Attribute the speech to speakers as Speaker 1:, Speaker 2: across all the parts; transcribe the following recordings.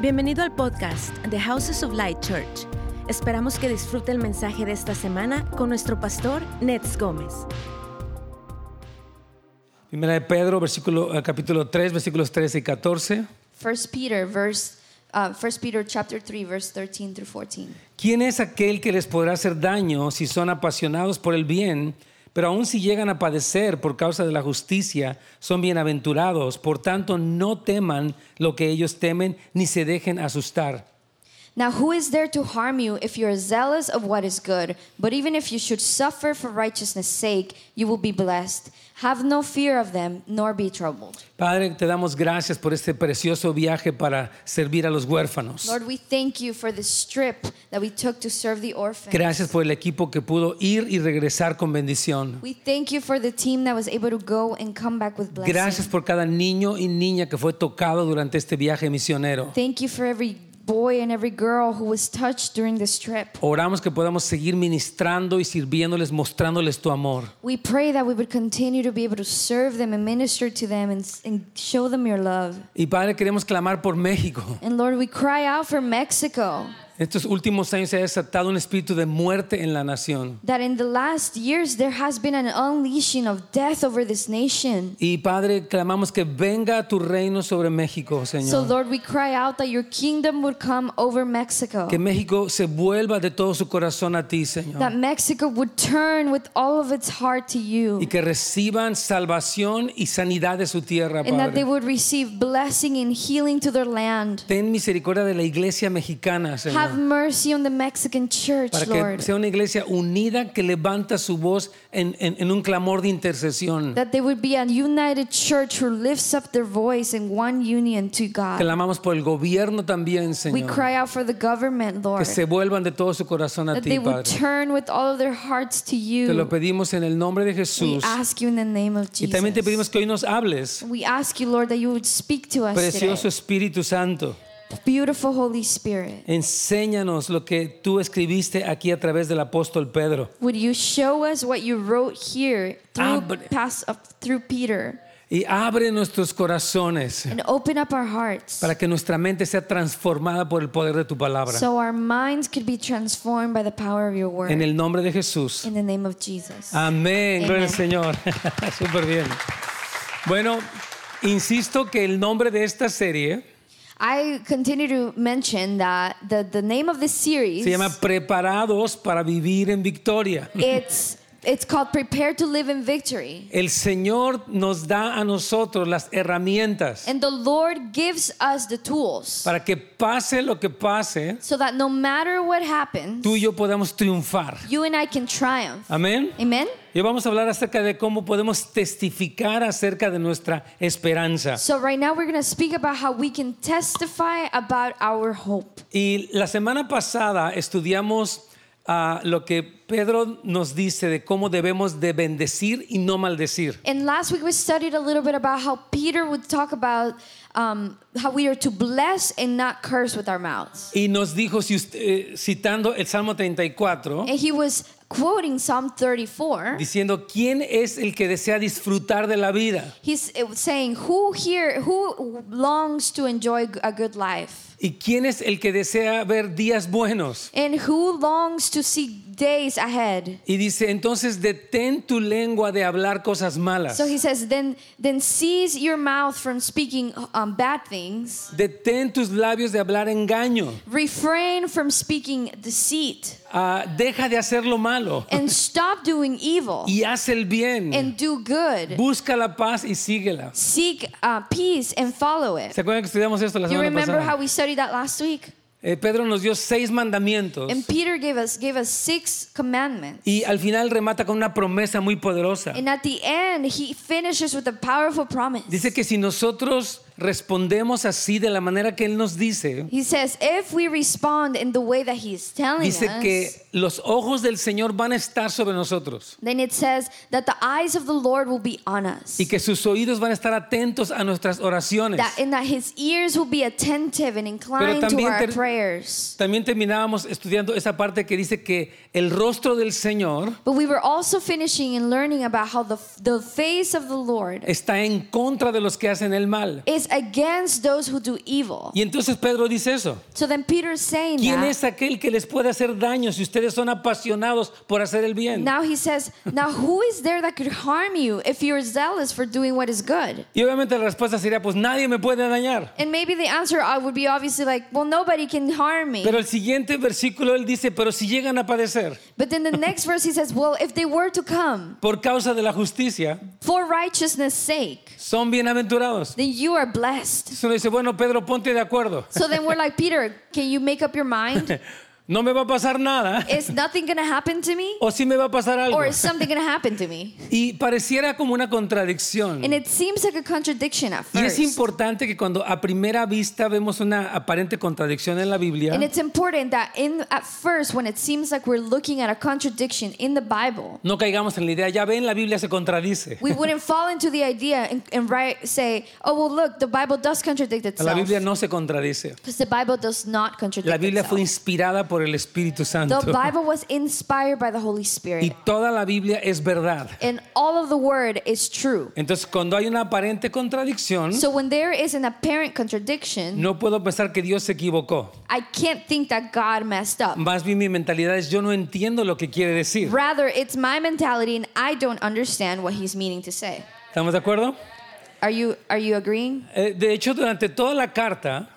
Speaker 1: Bienvenido al podcast The Houses of Light Church. Esperamos que disfrute el mensaje de esta semana con nuestro pastor Nets Gómez.
Speaker 2: Primera de Pedro, versículo, eh, capítulo 3, versículos 13 y 14.
Speaker 3: First Peter verse uh, First Peter chapter 3 verse 13 through 14.
Speaker 2: ¿Quién es aquel que les podrá hacer daño si son apasionados por el bien, pero aun si llegan a padecer por causa de la justicia, son bienaventurados? Por tanto, no teman lo que ellos temen, ni se dejen asustar.
Speaker 3: Now who is there to harm you if you are zealous of what is good? But even if you should suffer for righteousness' sake, you will be blessed. Have no fear of them, nor be troubled.
Speaker 2: Padre, te damos gracias por este precioso viaje para servir a los huérfanos.
Speaker 3: Lord, we thank you for this trip that we took to serve the orphans.
Speaker 2: Gracias por el equipo que pudo ir y regresar con bendición.
Speaker 3: We thank you for the team that was able to go and come back with blessing.
Speaker 2: Gracias por cada niño y niña que fue tocado durante este viaje misionero.
Speaker 3: Thank you for every boy and every girl who was touched during this trip.
Speaker 2: Oramos que podamos seguir ministrando y sirviéndoles, mostrándoles tu amor.
Speaker 3: We pray that we would continue to be able to serve them and minister to them and, and show them your love.
Speaker 2: Y Padre, queremos clamar por México.
Speaker 3: And Lord, we cry out for Mexico
Speaker 2: Estos últimos años se ha desatado un espíritu de muerte en la nación.
Speaker 3: that in the last years there has been an unleashing of death over this nation.
Speaker 2: Y Padre, clamamos que venga tu reino sobre México,
Speaker 3: So,
Speaker 2: Señor.
Speaker 3: Lord, we cry out that your kingdom would come over Mexico,
Speaker 2: Que México se vuelva de todo su corazón a ti, Señor.
Speaker 3: that Mexico would turn with all of its heart to
Speaker 2: Y
Speaker 3: you,
Speaker 2: que reciban salvación y sanidad de su tierra,
Speaker 3: and that they
Speaker 2: Padre.
Speaker 3: would receive blessing and healing to their land.
Speaker 2: Ten misericordia de la iglesia mexicana,
Speaker 3: Have
Speaker 2: Señor.
Speaker 3: mercy on the Mexican church,
Speaker 2: Para que
Speaker 3: Lord.
Speaker 2: sea una iglesia unida que levanta su voz en, en- en un clamor de intercesión.
Speaker 3: that they would be a united church who lifts up their voice in one union to God.
Speaker 2: Clamamos por el gobierno también,
Speaker 3: Ah. We
Speaker 2: Señor.
Speaker 3: cry out for the government,
Speaker 2: Que
Speaker 3: Lord,
Speaker 2: se vuelvan de todo su corazón a
Speaker 3: that
Speaker 2: ti,
Speaker 3: they would
Speaker 2: Padre.
Speaker 3: turn with all of their hearts to
Speaker 2: Te lo
Speaker 3: you.
Speaker 2: pedimos en el nombre de
Speaker 3: We
Speaker 2: Jesús.
Speaker 3: ask you in the name of
Speaker 2: Y también te pedimos
Speaker 3: Jesus.
Speaker 2: que hoy nos hables,
Speaker 3: We ask you, Lord, that you would speak to us
Speaker 2: precioso
Speaker 3: today.
Speaker 2: Espíritu Santo.
Speaker 3: Beautiful Holy Spirit,
Speaker 2: Enséñanos lo que tú escribiste aquí a través del apóstol Pedro.
Speaker 3: would you show us what you wrote here through,
Speaker 2: Abre.
Speaker 3: pass up, through Peter
Speaker 2: Y abre nuestros corazones
Speaker 3: and open up our hearts
Speaker 2: para que nuestra mente sea transformada por el poder de tu palabra.
Speaker 3: so our minds could be transformed by the power of your word.
Speaker 2: En el nombre de Jesús.
Speaker 3: In the name of Jesus.
Speaker 2: Amén, gloria al
Speaker 3: Amén.
Speaker 2: Señor. Súper bien. Bueno, insisto que el nombre de esta serie
Speaker 3: I continue to mention that the, the name of this series
Speaker 2: se llama Preparados para vivir en victoria.
Speaker 3: it's it's called Prepare to Live in Victory.
Speaker 2: El Señor nos da a nosotros las herramientas
Speaker 3: And the Lord gives us the tools
Speaker 2: para que pase lo que pase,
Speaker 3: so that no matter what happens,
Speaker 2: tú y yo podamos triunfar.
Speaker 3: you and I can triumph.
Speaker 2: Amén.
Speaker 3: Amen.
Speaker 2: Y hoy vamos a hablar acerca de cómo podemos testificar acerca de nuestra esperanza.
Speaker 3: So right now we're going to speak about how we can testify about our hope.
Speaker 2: Y la semana pasada estudiamos ah, lo que Pedro nos dice de cómo debemos de bendecir y no maldecir.
Speaker 3: And last week we studied a little bit about how Peter would talk about um, how we are to bless and not curse with our mouths.
Speaker 2: Y nos dijo, si usted- eh, citando el Salmo 34,
Speaker 3: And he was quoting Psalm 34.
Speaker 2: diciendo, ¿quién es el que desea disfrutar de la vida?
Speaker 3: He's uh, saying, who here, who longs to enjoy g- a good life?
Speaker 2: ¿Y quién es el que desea ver días buenos?
Speaker 3: And who longs to see days ahead?
Speaker 2: Y dice, entonces detén tu lengua de hablar cosas malas.
Speaker 3: So he says, then, then seize your mouth from speaking um, bad things.
Speaker 2: Detén tus labios de hablar engaño.
Speaker 3: Refrain from speaking deceit
Speaker 2: Ah, deja de hacer lo malo
Speaker 3: and stop doing evil
Speaker 2: y haz el bien.
Speaker 3: and do good.
Speaker 2: Busca la paz y síguela.
Speaker 3: Seek uh, peace and follow it.
Speaker 2: ¿Se acuerdan que estudiamos esto la
Speaker 3: You
Speaker 2: semana
Speaker 3: remember how
Speaker 2: pasada?
Speaker 3: we studied that last week?
Speaker 2: Eh, Pedro nos dio seis mandamientos
Speaker 3: And Peter gave us gave us six commandments.
Speaker 2: y al final remata con una promesa muy poderosa.
Speaker 3: And at the end, he finishes with a powerful promise.
Speaker 2: Dice que si nosotros respondemos así de la manera que Él nos dice,
Speaker 3: He says, if we respond in the way that He's telling
Speaker 2: dice
Speaker 3: us,
Speaker 2: que los ojos del Señor van a estar sobre nosotros
Speaker 3: Then it says that the eyes of the Lord will be on us.
Speaker 2: y que sus oídos van a estar atentos a nuestras oraciones.
Speaker 3: That and that his ears will be attentive and inclined to
Speaker 2: también
Speaker 3: our
Speaker 2: ter-
Speaker 3: prayers.
Speaker 2: También terminábamos estudiando esa parte que dice que el rostro del Señor
Speaker 3: But we were also finishing and learning about how the the face of the Lord
Speaker 2: está en contra de los que hacen el mal.
Speaker 3: is against those who do evil.
Speaker 2: Y entonces Pedro dice eso.
Speaker 3: So then Peter is saying
Speaker 2: ¿Quién
Speaker 3: that.
Speaker 2: es aquel que les puede hacer daño si ustedes son apasionados por hacer el bien?
Speaker 3: Now he says, now who is there that could harm you if you're zealous for doing what is good?
Speaker 2: Y obviamente la respuesta sería, pues nadie me puede dañar.
Speaker 3: And maybe the answer I would be obviously like, well, nobody can harm me.
Speaker 2: Pero el siguiente versículo él dice, pero si llegan a padecer
Speaker 3: But then the next verse he says, well, if they were to come
Speaker 2: por causa de la justicia,
Speaker 3: for righteousness' sake,
Speaker 2: son bienaventurados.
Speaker 3: then you are blessed.
Speaker 2: Entonces uno dice, bueno, Pedro, ponte de acuerdo.
Speaker 3: So then we're like, Peter, can you make up your mind?
Speaker 2: No me va a pasar nada.
Speaker 3: Is nothing gonna happen to me?
Speaker 2: O si me va a pasar algo.
Speaker 3: Eh, Or is something gonna happen to me?
Speaker 2: Y pareciera como una contradicción.
Speaker 3: And it seems like a contradiction at
Speaker 2: Y es
Speaker 3: first.
Speaker 2: importante que cuando a primera vista vemos una aparente contradicción en la Biblia,
Speaker 3: And it's important that in at first when it seems like we're looking at a contradiction in the Bible,
Speaker 2: no caigamos en la idea, ya ven, la Biblia se contradice.
Speaker 3: we wouldn't fall into the idea and, and right, say, oh, well, look, the Bible does contradict
Speaker 2: La
Speaker 3: itself.
Speaker 2: Biblia no se contradice.
Speaker 3: Because the Bible does not contradict
Speaker 2: La Biblia
Speaker 3: itself.
Speaker 2: fue inspirada por el Espíritu Santo.
Speaker 3: the Bible was inspired by the Holy
Speaker 2: Y
Speaker 3: Spirit.
Speaker 2: toda la Biblia es verdad.
Speaker 3: And all of the word is true.
Speaker 2: Entonces, cuando hay una aparente contradicción,
Speaker 3: So when there is an apparent contradiction,
Speaker 2: Mm-hmm. no puedo pensar que Dios se equivocó.
Speaker 3: I can't think that God messed up.
Speaker 2: Más bien mi mentalidad es yo no entiendo lo que quiere decir.
Speaker 3: Rather, it's my mentality and I don't understand what he's meaning to say.
Speaker 2: ¿Estamos de acuerdo?
Speaker 3: Are you are you agreeing?
Speaker 2: Eh, de hecho, durante toda la carta,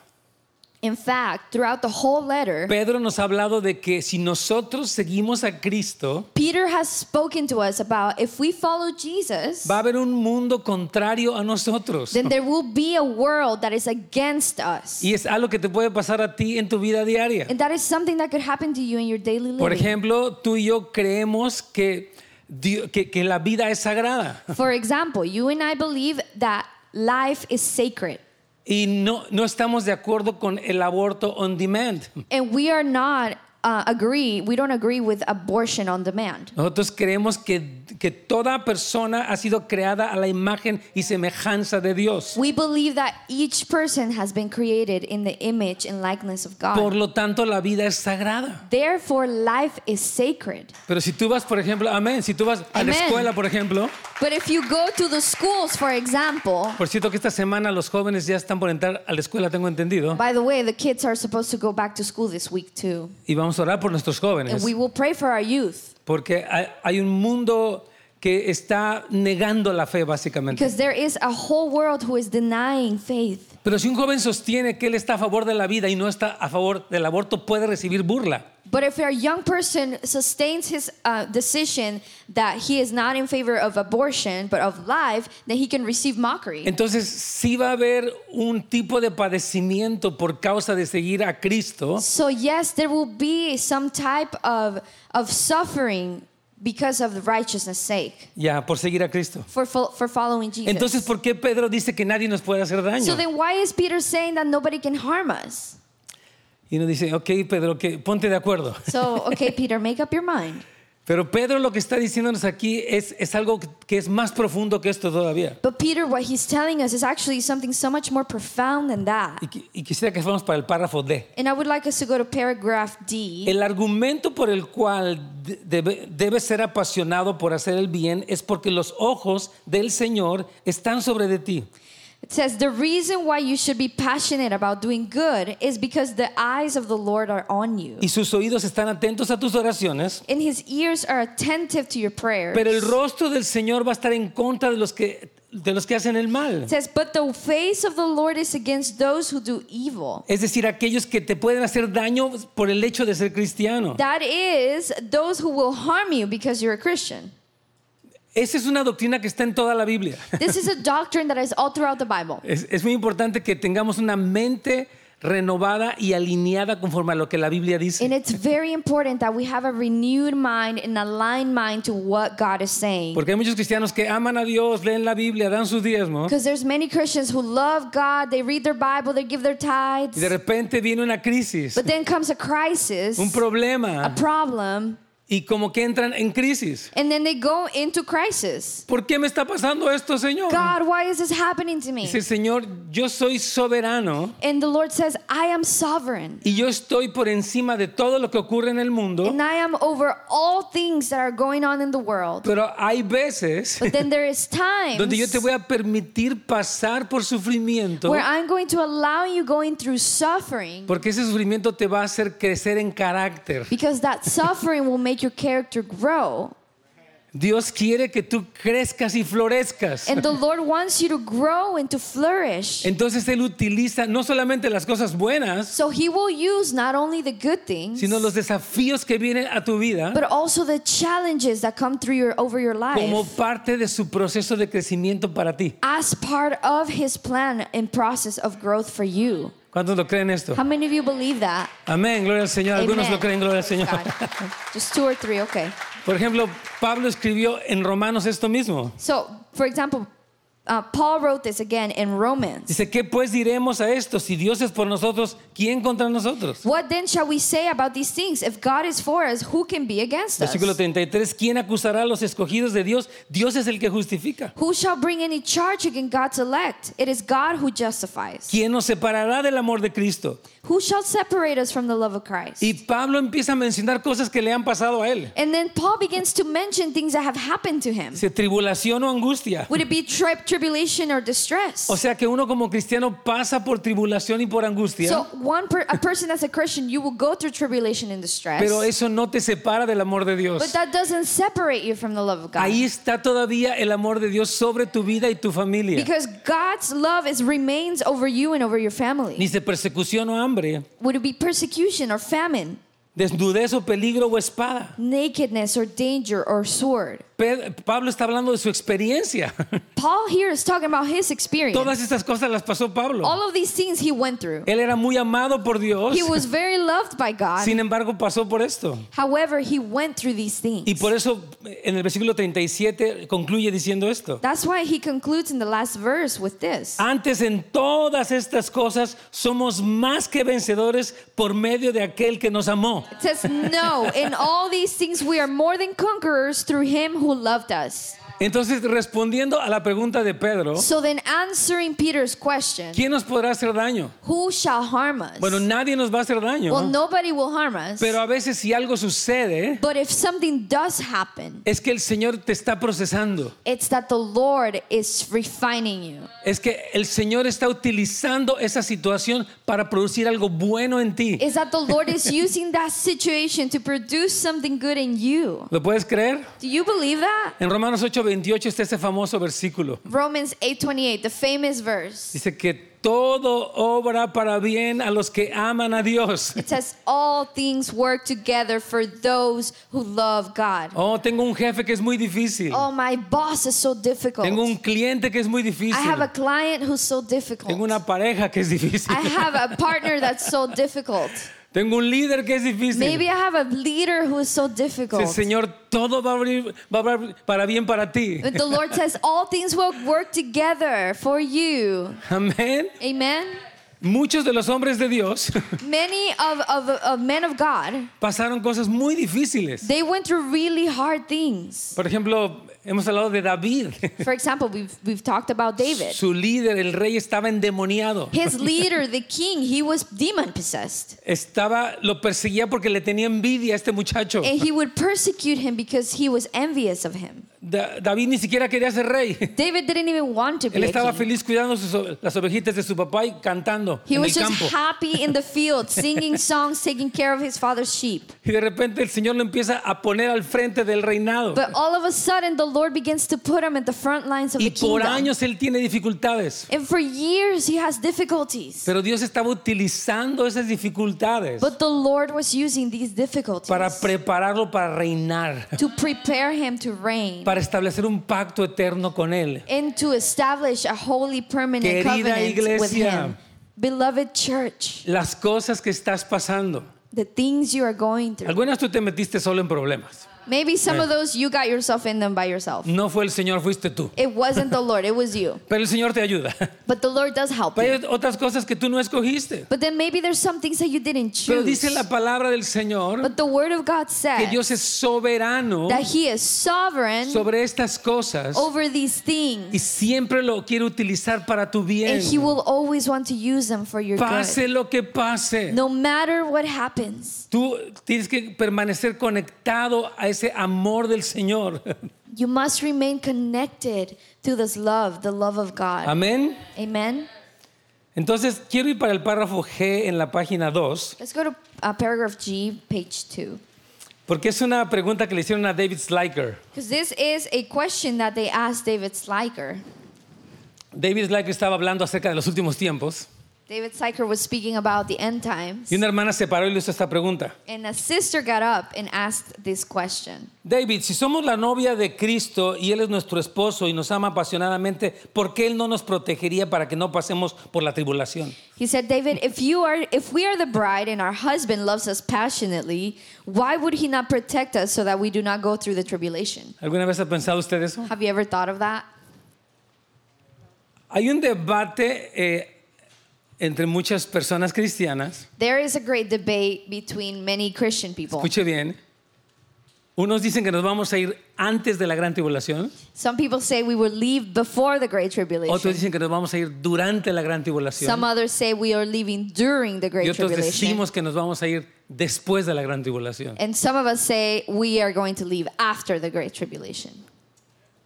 Speaker 3: In fact, throughout the whole letter,
Speaker 2: Pedro nos ha hablado de que si nosotros seguimos a Cristo,
Speaker 3: Peter has spoken to us about if we follow Jesus,
Speaker 2: va a haber un mundo contrario a nosotros.
Speaker 3: then there will be a world that is against us.
Speaker 2: Y es algo que te puede pasar a ti en tu vida diaria.
Speaker 3: And that is something that could happen to you in your daily
Speaker 2: Por
Speaker 3: living.
Speaker 2: ejemplo, tú y yo creemos que, Dio- que, que la vida es sagrada.
Speaker 3: For example, you and I believe that life is sacred
Speaker 2: Y no, no estamos de acuerdo con el aborto on demand.
Speaker 3: and we are not uh, agree we don't agree with abortion on demand.
Speaker 2: Nosotros creemos que, que toda persona ha sido creada a la imagen y semejanza de Dios.
Speaker 3: We believe that each person has been created in the image and likeness of God.
Speaker 2: Por lo tanto, la vida es sagrada.
Speaker 3: Therefore, life is sacred.
Speaker 2: Pero si tú vas, por ejemplo, amén, si tú vas a la
Speaker 3: Amén.
Speaker 2: escuela, por ejemplo,
Speaker 3: But if you go to the schools, for example,
Speaker 2: por cierto que esta semana los jóvenes ya están por entrar a la escuela, tengo entendido,
Speaker 3: by the way, the kids are supposed to go back to school this week too.
Speaker 2: y vamos a orar por nuestros jóvenes,
Speaker 3: And Eh, we will pray for our youth
Speaker 2: porque hay, hay un mundo que está negando la fe, básicamente.
Speaker 3: because there is a whole world who is denying faith.
Speaker 2: Pero si un joven sostiene que él está a favor de la vida y no está a favor del aborto, puede recibir burla.
Speaker 3: But if a young person sustains his uh, decision that he is not in favor of abortion but of life, then he can receive mockery.
Speaker 2: Entonces, sí va a haber un tipo de padecimiento por causa de seguir a Cristo,
Speaker 3: So yes, there will be some type of of suffering because of the righteousness' sake
Speaker 2: ya, por seguir a Cristo.
Speaker 3: for fo- for following Jesus.
Speaker 2: Entonces, ¿por qué Pedro dice que nadie nos puede hacer daño?
Speaker 3: so then, why is Peter saying that nobody can harm us?
Speaker 2: Y nos dice, ok, Pedro, que ponte de acuerdo.
Speaker 3: So okay, Peter, make up your mind.
Speaker 2: Pero Pedro lo que está diciéndonos aquí es, es algo que es más profundo que esto todavía.
Speaker 3: But Peter, what he's telling us is actually something so much more profound than that.
Speaker 2: Y, qui- y quisiera que fuéramos para el párrafo D.
Speaker 3: And I would like us to go to paragraph D.
Speaker 2: El argumento por el cual de- debe, debe ser apasionado por hacer el bien es porque los ojos del Señor están sobre de ti.
Speaker 3: It says the reason why you should be passionate about doing good is because the eyes of the Lord are on you,
Speaker 2: y sus oídos están atentos a tus oraciones,
Speaker 3: and His ears are attentive to your prayers.
Speaker 2: pero el rostro del Señor va a estar en contra de los que, de los que hacen el mal.
Speaker 3: It says, But the face of the Lord is against those who do evil.
Speaker 2: Es decir, aquellos que te pueden hacer daño por el hecho de ser cristiano.
Speaker 3: That is, those who will harm you because you're a Christian.
Speaker 2: Esa es una doctrina que está en toda la Biblia.
Speaker 3: This is a doctrine that is all throughout the Bible.
Speaker 2: Es, es muy importante que tengamos una mente renovada y alineada conforme a lo que la Biblia dice.
Speaker 3: And it's very important that we have a renewed mind and aligned mind to what God is saying.
Speaker 2: Porque hay muchos cristianos que aman a Dios, leen la Biblia, dan sus diezmos
Speaker 3: Because there's many Christians who love God, they read their Bible, they give their
Speaker 2: y
Speaker 3: tithes.
Speaker 2: de repente viene una crisis,
Speaker 3: But then comes a crisis,
Speaker 2: un
Speaker 3: a
Speaker 2: problema
Speaker 3: problem,
Speaker 2: y como que entran en crisis.
Speaker 3: and then they go into crisis.
Speaker 2: ¿Por qué me está pasando esto, Señor?
Speaker 3: God, why is this happening to me?
Speaker 2: Dice, Señor, yo soy soberano
Speaker 3: And the Lord says, I am sovereign.
Speaker 2: y yo estoy por encima de todo lo que ocurre en el mundo,
Speaker 3: And I am over all things that are going on in the world.
Speaker 2: pero hay veces
Speaker 3: But then there is times
Speaker 2: donde yo te voy a permitir pasar por sufrimiento
Speaker 3: where I'm going to allow you going through suffering
Speaker 2: porque ese sufrimiento te va a hacer crecer en carácter.
Speaker 3: because that suffering will make your character grow.
Speaker 2: Dios quiere que tú crezcas y florezcas.
Speaker 3: And the Lord wants you to grow and to flourish.
Speaker 2: Entonces Él utiliza no solamente las cosas buenas,
Speaker 3: So He will use not only the good things,
Speaker 2: sino los desafíos que vienen a tu vida
Speaker 3: but also the challenges that come through your over your
Speaker 2: como
Speaker 3: life
Speaker 2: parte de su proceso de crecimiento para ti.
Speaker 3: as part of His plan and process of growth for you.
Speaker 2: ¿Cuántos lo creen esto?
Speaker 3: How many of you believe that?
Speaker 2: Amén, gloria al Señor. Algunos
Speaker 3: Amen.
Speaker 2: lo creen, gloria al Señor.
Speaker 3: God. Just two or three, okay.
Speaker 2: Por ejemplo, Pablo escribió en Romanos esto mismo.
Speaker 3: So, for example, uh, Paul wrote this again in Romans.
Speaker 2: Dice, ¿qué pues diremos a esto? Si Dios es por nosotros, ¿quién contra nosotros?
Speaker 3: What then shall we say about these things? If God is for us, who can be against us?
Speaker 2: Versículo 33, ¿quién acusará a los escogidos de Dios? Dios es el que justifica.
Speaker 3: Who shall bring any charge against God's elect? It is God who justifies.
Speaker 2: ¿Quién nos separará del amor de Cristo?
Speaker 3: Who shall separate us from the love of Christ?
Speaker 2: Y Pablo empieza a mencionar cosas que le han pasado a él.
Speaker 3: And then Paul begins to mention things that have happened to him.
Speaker 2: Dice, tribulación o angustia.
Speaker 3: Would it be tri- tribulation or distress?
Speaker 2: O sea que uno como cristiano pasa por tribulación y por
Speaker 3: So
Speaker 2: angustia,
Speaker 3: one per- a person that's a Christian, you will go through tribulation and distress,
Speaker 2: pero eso no te separa del amor de
Speaker 3: but
Speaker 2: Dios.
Speaker 3: that doesn't separate you from the love of God.
Speaker 2: Ahí está todavía el amor de Dios sobre tu vida y tu familia.
Speaker 3: Because God's love is remains over you and over your
Speaker 2: Ni
Speaker 3: family.
Speaker 2: se persecución o hambre,
Speaker 3: Would it be persecution or famine,
Speaker 2: desnudez o peligro o espada.
Speaker 3: nakedness or danger or sword?
Speaker 2: Pe- Pablo está hablando de su experiencia.
Speaker 3: Paul here is talking about his experience.
Speaker 2: Todas estas cosas las pasó Pablo.
Speaker 3: All of these things he went through.
Speaker 2: Él era muy amado por Dios,
Speaker 3: He was very loved by God.
Speaker 2: sin embargo pasó por esto.
Speaker 3: However, he went through these
Speaker 2: Y
Speaker 3: things.
Speaker 2: por eso en el versículo 37 concluye diciendo esto.
Speaker 3: That's why he concludes in the last verse with this.
Speaker 2: Antes en todas estas cosas somos más que vencedores por medio de aquel que nos amó.
Speaker 3: It says, No, in all these things we are more than conquerors through him who loved us.
Speaker 2: Entonces, respondiendo a la pregunta de Pedro,
Speaker 3: So then, answering Peter's question,
Speaker 2: Oh. ¿quién nos podrá hacer daño?
Speaker 3: who shall harm us?
Speaker 2: Bueno, nadie nos va a hacer daño.
Speaker 3: Well, nobody will harm us.
Speaker 2: Pero a veces si algo sucede,
Speaker 3: but if something does happen,
Speaker 2: es que el Señor te está procesando.
Speaker 3: it's that the Lord is refining you.
Speaker 2: Es que el Señor está utilizando esa situación para producir algo bueno en ti.
Speaker 3: It's that the Lord is using that situation to produce something good in you.
Speaker 2: ¿Lo puedes creer?
Speaker 3: Do you believe that?
Speaker 2: En Romanos 8:28 está ese famoso versículo.
Speaker 3: Romans 8:28, the famous verse.
Speaker 2: Dice que todo obra para bien a los que aman a Dios.
Speaker 3: It says all things work together for those who love God.
Speaker 2: Oh, tengo un jefe que es muy difícil.
Speaker 3: Oh, my boss is so difficult.
Speaker 2: Tengo un cliente que es muy
Speaker 3: I
Speaker 2: difícil.
Speaker 3: have a client who's so difficult.
Speaker 2: Tengo una pareja que es difícil.
Speaker 3: I have a partner that's so difficult.
Speaker 2: Tengo un líder que es difícil.
Speaker 3: Maybe I have a leader who is so
Speaker 2: Dice,
Speaker 3: difficult.
Speaker 2: Señor, todo va a, abrir- va a obrar para bien para ti.
Speaker 3: But the Lord says all things will work together for you.
Speaker 2: Amén.
Speaker 3: Amen.
Speaker 2: Muchos de los hombres de Dios
Speaker 3: Many of, of, of men of God,
Speaker 2: pasaron cosas muy difíciles.
Speaker 3: they went through really hard things.
Speaker 2: Por ejemplo, hemos hablado de David.
Speaker 3: For example, we've, we've talked about David.
Speaker 2: Su líder, el rey, estaba endemoniado.
Speaker 3: His leader, the king, he was demon possessed.
Speaker 2: Estaba, lo perseguía porque le tenía envidia a este muchacho.
Speaker 3: And he would persecute him because he was envious of him.
Speaker 2: Da- David ni siquiera quería ser rey.
Speaker 3: David didn't even want to be
Speaker 2: Él
Speaker 3: a
Speaker 2: estaba
Speaker 3: king.
Speaker 2: feliz cuidando sus o- las ovejitas de su papá y cantando
Speaker 3: He
Speaker 2: en
Speaker 3: was
Speaker 2: el
Speaker 3: just
Speaker 2: campo.
Speaker 3: happy in the field, singing songs, taking care of his father's sheep.
Speaker 2: Y de repente el Señor lo empieza a poner al frente del reinado.
Speaker 3: But all of a sudden, the Lord begins to put him at the front lines of
Speaker 2: Y
Speaker 3: the
Speaker 2: por
Speaker 3: kingdom.
Speaker 2: años él tiene dificultades.
Speaker 3: And for years, he has difficulties.
Speaker 2: Pero Dios estaba utilizando esas dificultades
Speaker 3: But the Lord was using these difficulties
Speaker 2: para prepararlo para reinar,
Speaker 3: to prepare him to reign
Speaker 2: para establecer un pacto eterno con él.
Speaker 3: and to establish a holy permanent
Speaker 2: Querida
Speaker 3: covenant with
Speaker 2: iglesia.
Speaker 3: him. Beloved church,
Speaker 2: las cosas que estás pasando.
Speaker 3: the things you are going through.
Speaker 2: Algunas tú te metiste solo en problemas.
Speaker 3: Maybe some of those you got yourself in them by yourself.
Speaker 2: No fue el Señor, fuiste tú.
Speaker 3: It wasn't the Lord, it was you.
Speaker 2: Pero el Señor te ayuda.
Speaker 3: But the Lord does help
Speaker 2: Pero
Speaker 3: you.
Speaker 2: hay otras cosas que tú no escogiste.
Speaker 3: But then maybe there's some things that you didn't
Speaker 2: Pero
Speaker 3: choose.
Speaker 2: dice la palabra del Señor
Speaker 3: But the word of God
Speaker 2: que
Speaker 3: said
Speaker 2: Dios es soberano
Speaker 3: that he is sovereign
Speaker 2: sobre estas cosas
Speaker 3: over these
Speaker 2: y
Speaker 3: things
Speaker 2: siempre lo quiere utilizar para tu bien.
Speaker 3: and he will always want to use them for your
Speaker 2: Pase
Speaker 3: good.
Speaker 2: lo que pase.
Speaker 3: No matter what happens,
Speaker 2: Tú tienes que permanecer conectado a ese amor del Señor.
Speaker 3: you must remain connected to this love, the love of God.
Speaker 2: Amén.
Speaker 3: Amen.
Speaker 2: Entonces, quiero ir para el párrafo G en la página 2,
Speaker 3: Let's go to uh, paragraph G, page 2.
Speaker 2: porque es una pregunta que le hicieron a David Slyker.
Speaker 3: Because this is a question that they asked David Slyker.
Speaker 2: David Slyker estaba hablando acerca de los últimos tiempos
Speaker 3: David Slyker was speaking about the end times.
Speaker 2: y una hermana se paró y le hizo esta pregunta.
Speaker 3: And a sister got up and asked this question.
Speaker 2: David, si somos la novia de Cristo y Él es nuestro esposo y nos ama apasionadamente, ¿por qué Él no nos protegería para que no pasemos por la tribulación?
Speaker 3: He said, David, if you are if we are the bride and our husband loves us passionately, why would he not protect us so that we do not go through the tribulation?
Speaker 2: ¿Alguna vez ha pensado usted eso?
Speaker 3: Have you ever thought of that?
Speaker 2: Hay un debate eh, entre muchas personas cristianas,
Speaker 3: There is a great debate between many Christian people.
Speaker 2: escuche bien, unos dicen que nos vamos a ir antes de la gran tribulación,
Speaker 3: Some people say we will leave before the great
Speaker 2: otros
Speaker 3: tribulation.
Speaker 2: dicen que nos vamos a ir durante la gran
Speaker 3: Some
Speaker 2: tribulación
Speaker 3: others say we are leaving during the
Speaker 2: y
Speaker 3: great
Speaker 2: otros
Speaker 3: tribulation.
Speaker 2: decimos que nos vamos a ir después de la gran tribulación.
Speaker 3: And some of us say we are going to leave after the great tribulation.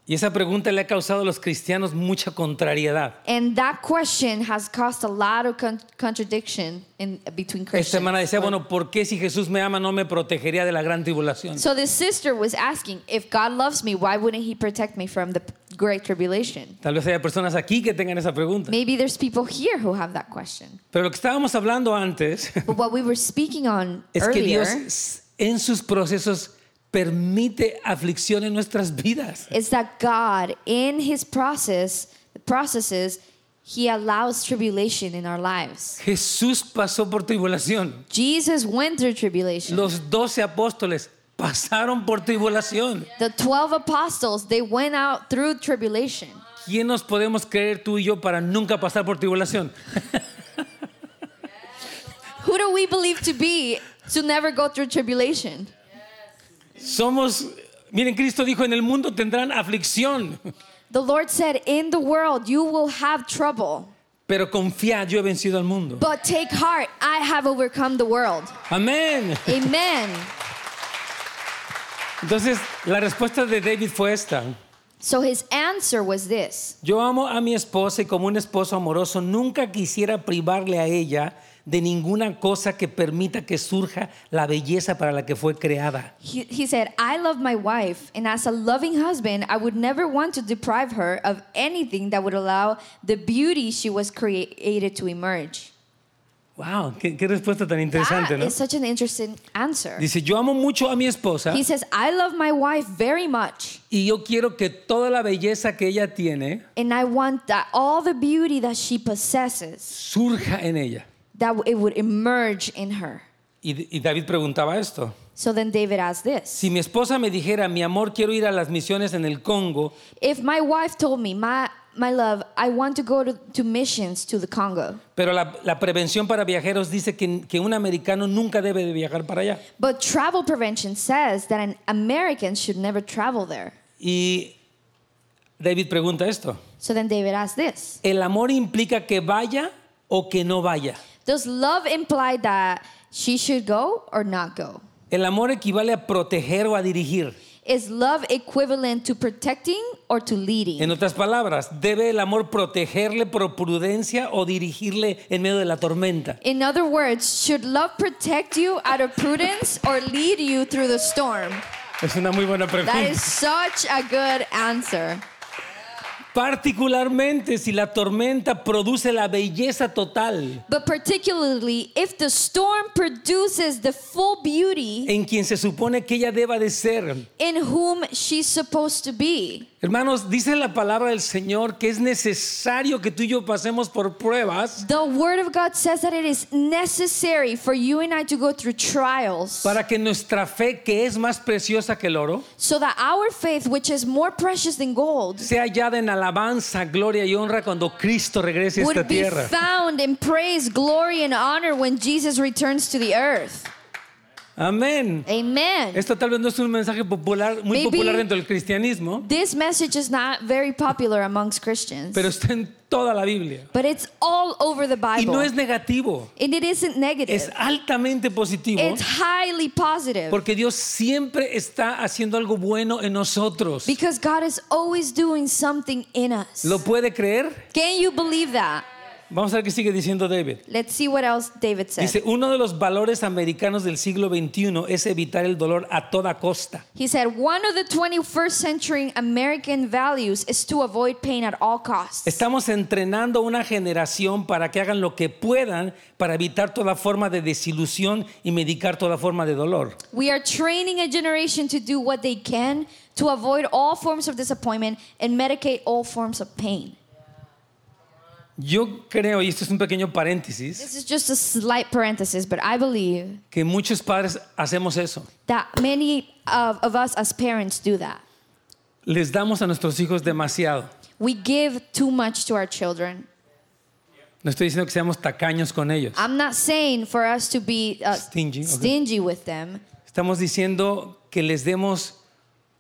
Speaker 2: Y esa pregunta le ha causado a los cristianos mucha contrariedad.
Speaker 3: And that question has caused a lot of con- contradiction in between Christians.
Speaker 2: Esta hermana decía,
Speaker 3: Like-
Speaker 2: bueno, ¿por qué si Jesús me ama no me protegería de la gran tribulación?
Speaker 3: So this sister was asking, if God loves me, why wouldn't He protect me from the great tribulation?
Speaker 2: Tal vez haya personas aquí que tengan esa pregunta.
Speaker 3: Maybe there's people here who have that question.
Speaker 2: Pero lo que estábamos hablando antes
Speaker 3: But what we were speaking on
Speaker 2: es que
Speaker 3: earlier
Speaker 2: Dios s- en sus procesos permite aflicción en nuestras vidas.
Speaker 3: is that God, in His process, the processes, He allows tribulation in our lives.
Speaker 2: Jesús pasó por tribulación.
Speaker 3: Jesus went through tribulation.
Speaker 2: Los doce apóstoles pasaron por tribulación.
Speaker 3: the 12 apostles, they went out through tribulation.
Speaker 2: ¿Quién nos podemos creer tú y yo para nunca pasar por tribulación?
Speaker 3: Who do we believe to be to never go through tribulation?
Speaker 2: Somos, miren, Cristo dijo, en el mundo tendrán aflicción,
Speaker 3: The Lord said, In the world you will have trouble.
Speaker 2: pero confía, yo he vencido al mundo.
Speaker 3: But take heart, I have overcome the world.
Speaker 2: Amén.
Speaker 3: Amen.
Speaker 2: Entonces, la respuesta de David fue esta.
Speaker 3: So his answer was this
Speaker 2: Yo amo a mi esposa y como un esposo amoroso nunca quisiera privarle a ella de ninguna cosa que permita que surja la belleza para la que fue creada.
Speaker 3: he, he said, I love my wife, and as a loving husband, I would never want to deprive her of anything that would allow the beauty she was created to emerge.
Speaker 2: Wow, qué, qué respuesta tan
Speaker 3: That
Speaker 2: interesante, ¿no?
Speaker 3: is such an interesting answer.
Speaker 2: Dice, ¿ah? yo amo mucho a mi esposa
Speaker 3: He says, I love my wife very much,
Speaker 2: y yo quiero que toda la belleza que ella tiene
Speaker 3: and I want that all the beauty that she possesses,
Speaker 2: surja en ella.
Speaker 3: that it would emerge in her.
Speaker 2: Y, y David preguntaba esto.
Speaker 3: So then David asked this.
Speaker 2: Si mi esposa me dijera, mi amor, quiero ir a las misiones en el Congo,
Speaker 3: If my wife told me, my, my love, I want to go to, to missions to the Congo,
Speaker 2: Pero la, la prevención para viajeros dice que, que un americano nunca debe de viajar para allá.
Speaker 3: but travel prevention says that an American should never travel there.
Speaker 2: Y David pregunta esto.
Speaker 3: So then David asked this
Speaker 2: ¿El amor implica que vaya o que no vaya?
Speaker 3: Does love imply that she should go or not go?
Speaker 2: ¿El amor equivale a proteger o a dirigir?
Speaker 3: Is love equivalent to protecting or to leading?
Speaker 2: En otras palabras, ¿debe el amor protegerle por prudencia o dirigirle en medio de la tormenta?
Speaker 3: In other words, should love protect you out of prudence or lead you through the storm?
Speaker 2: Es una muy buena
Speaker 3: That
Speaker 2: pregunta.
Speaker 3: is such a good answer.
Speaker 2: Particularmente si la tormenta produce la belleza total
Speaker 3: But particularly if the storm produces the full beauty
Speaker 2: en quien se supone que ella deba de ser.
Speaker 3: in whom she's supposed to be.
Speaker 2: Hermanos, dice la palabra del Señor que es necesario que tú y yo pasemos por pruebas
Speaker 3: The Word of God says that it is necessary for you and I to go through trials
Speaker 2: para que nuestra fe, que es más preciosa que el oro,
Speaker 3: so that our faith, which is more precious than gold,
Speaker 2: sea hallada en alabanza, gloria y honra cuando Cristo regrese a esta
Speaker 3: would be
Speaker 2: tierra.
Speaker 3: found in praise, glory, and honor when Jesus returns to the earth.
Speaker 2: Amén.
Speaker 3: Amen.
Speaker 2: Esto tal vez no es un mensaje popular, muy
Speaker 3: Maybe-
Speaker 2: popular dentro del cristianismo,
Speaker 3: This message is not very popular amongst Christians,
Speaker 2: pero está en toda la Biblia.
Speaker 3: but it's all over the
Speaker 2: Y no
Speaker 3: Bible.
Speaker 2: es negativo,
Speaker 3: And it isn't
Speaker 2: es
Speaker 3: negative,
Speaker 2: altamente positivo
Speaker 3: it's highly positive.
Speaker 2: porque Dios siempre está haciendo algo bueno en nosotros.
Speaker 3: Because God is always doing something in us.
Speaker 2: ¿Lo puede creer?
Speaker 3: Can you believe that?
Speaker 2: Vamos a ver qué sigue diciendo David.
Speaker 3: Let's see what else David said.
Speaker 2: Dice, uno de los valores americanos del siglo XXI es evitar el dolor a toda costa.
Speaker 3: He said, one of the 21st century American values is to avoid pain at all costs.
Speaker 2: Estamos entrenando a una generación para que hagan lo que puedan para evitar toda forma de desilusión y medicar toda forma de dolor.
Speaker 3: We are training a generation to do what they can to avoid all forms of disappointment and medicate all forms of pain.
Speaker 2: Yo creo, y esto es un pequeño paréntesis,
Speaker 3: This is just a slight parenthesis, but I believe
Speaker 2: que muchos padres hacemos eso.
Speaker 3: that many of, of us as parents do that.
Speaker 2: Les damos a nuestros hijos demasiado.
Speaker 3: We give too much to our children.
Speaker 2: No estoy diciendo que seamos tacaños con ellos.
Speaker 3: I'm not saying for us to be uh,
Speaker 2: Stingy, okay.
Speaker 3: stingy with them,
Speaker 2: Estamos diciendo que les demos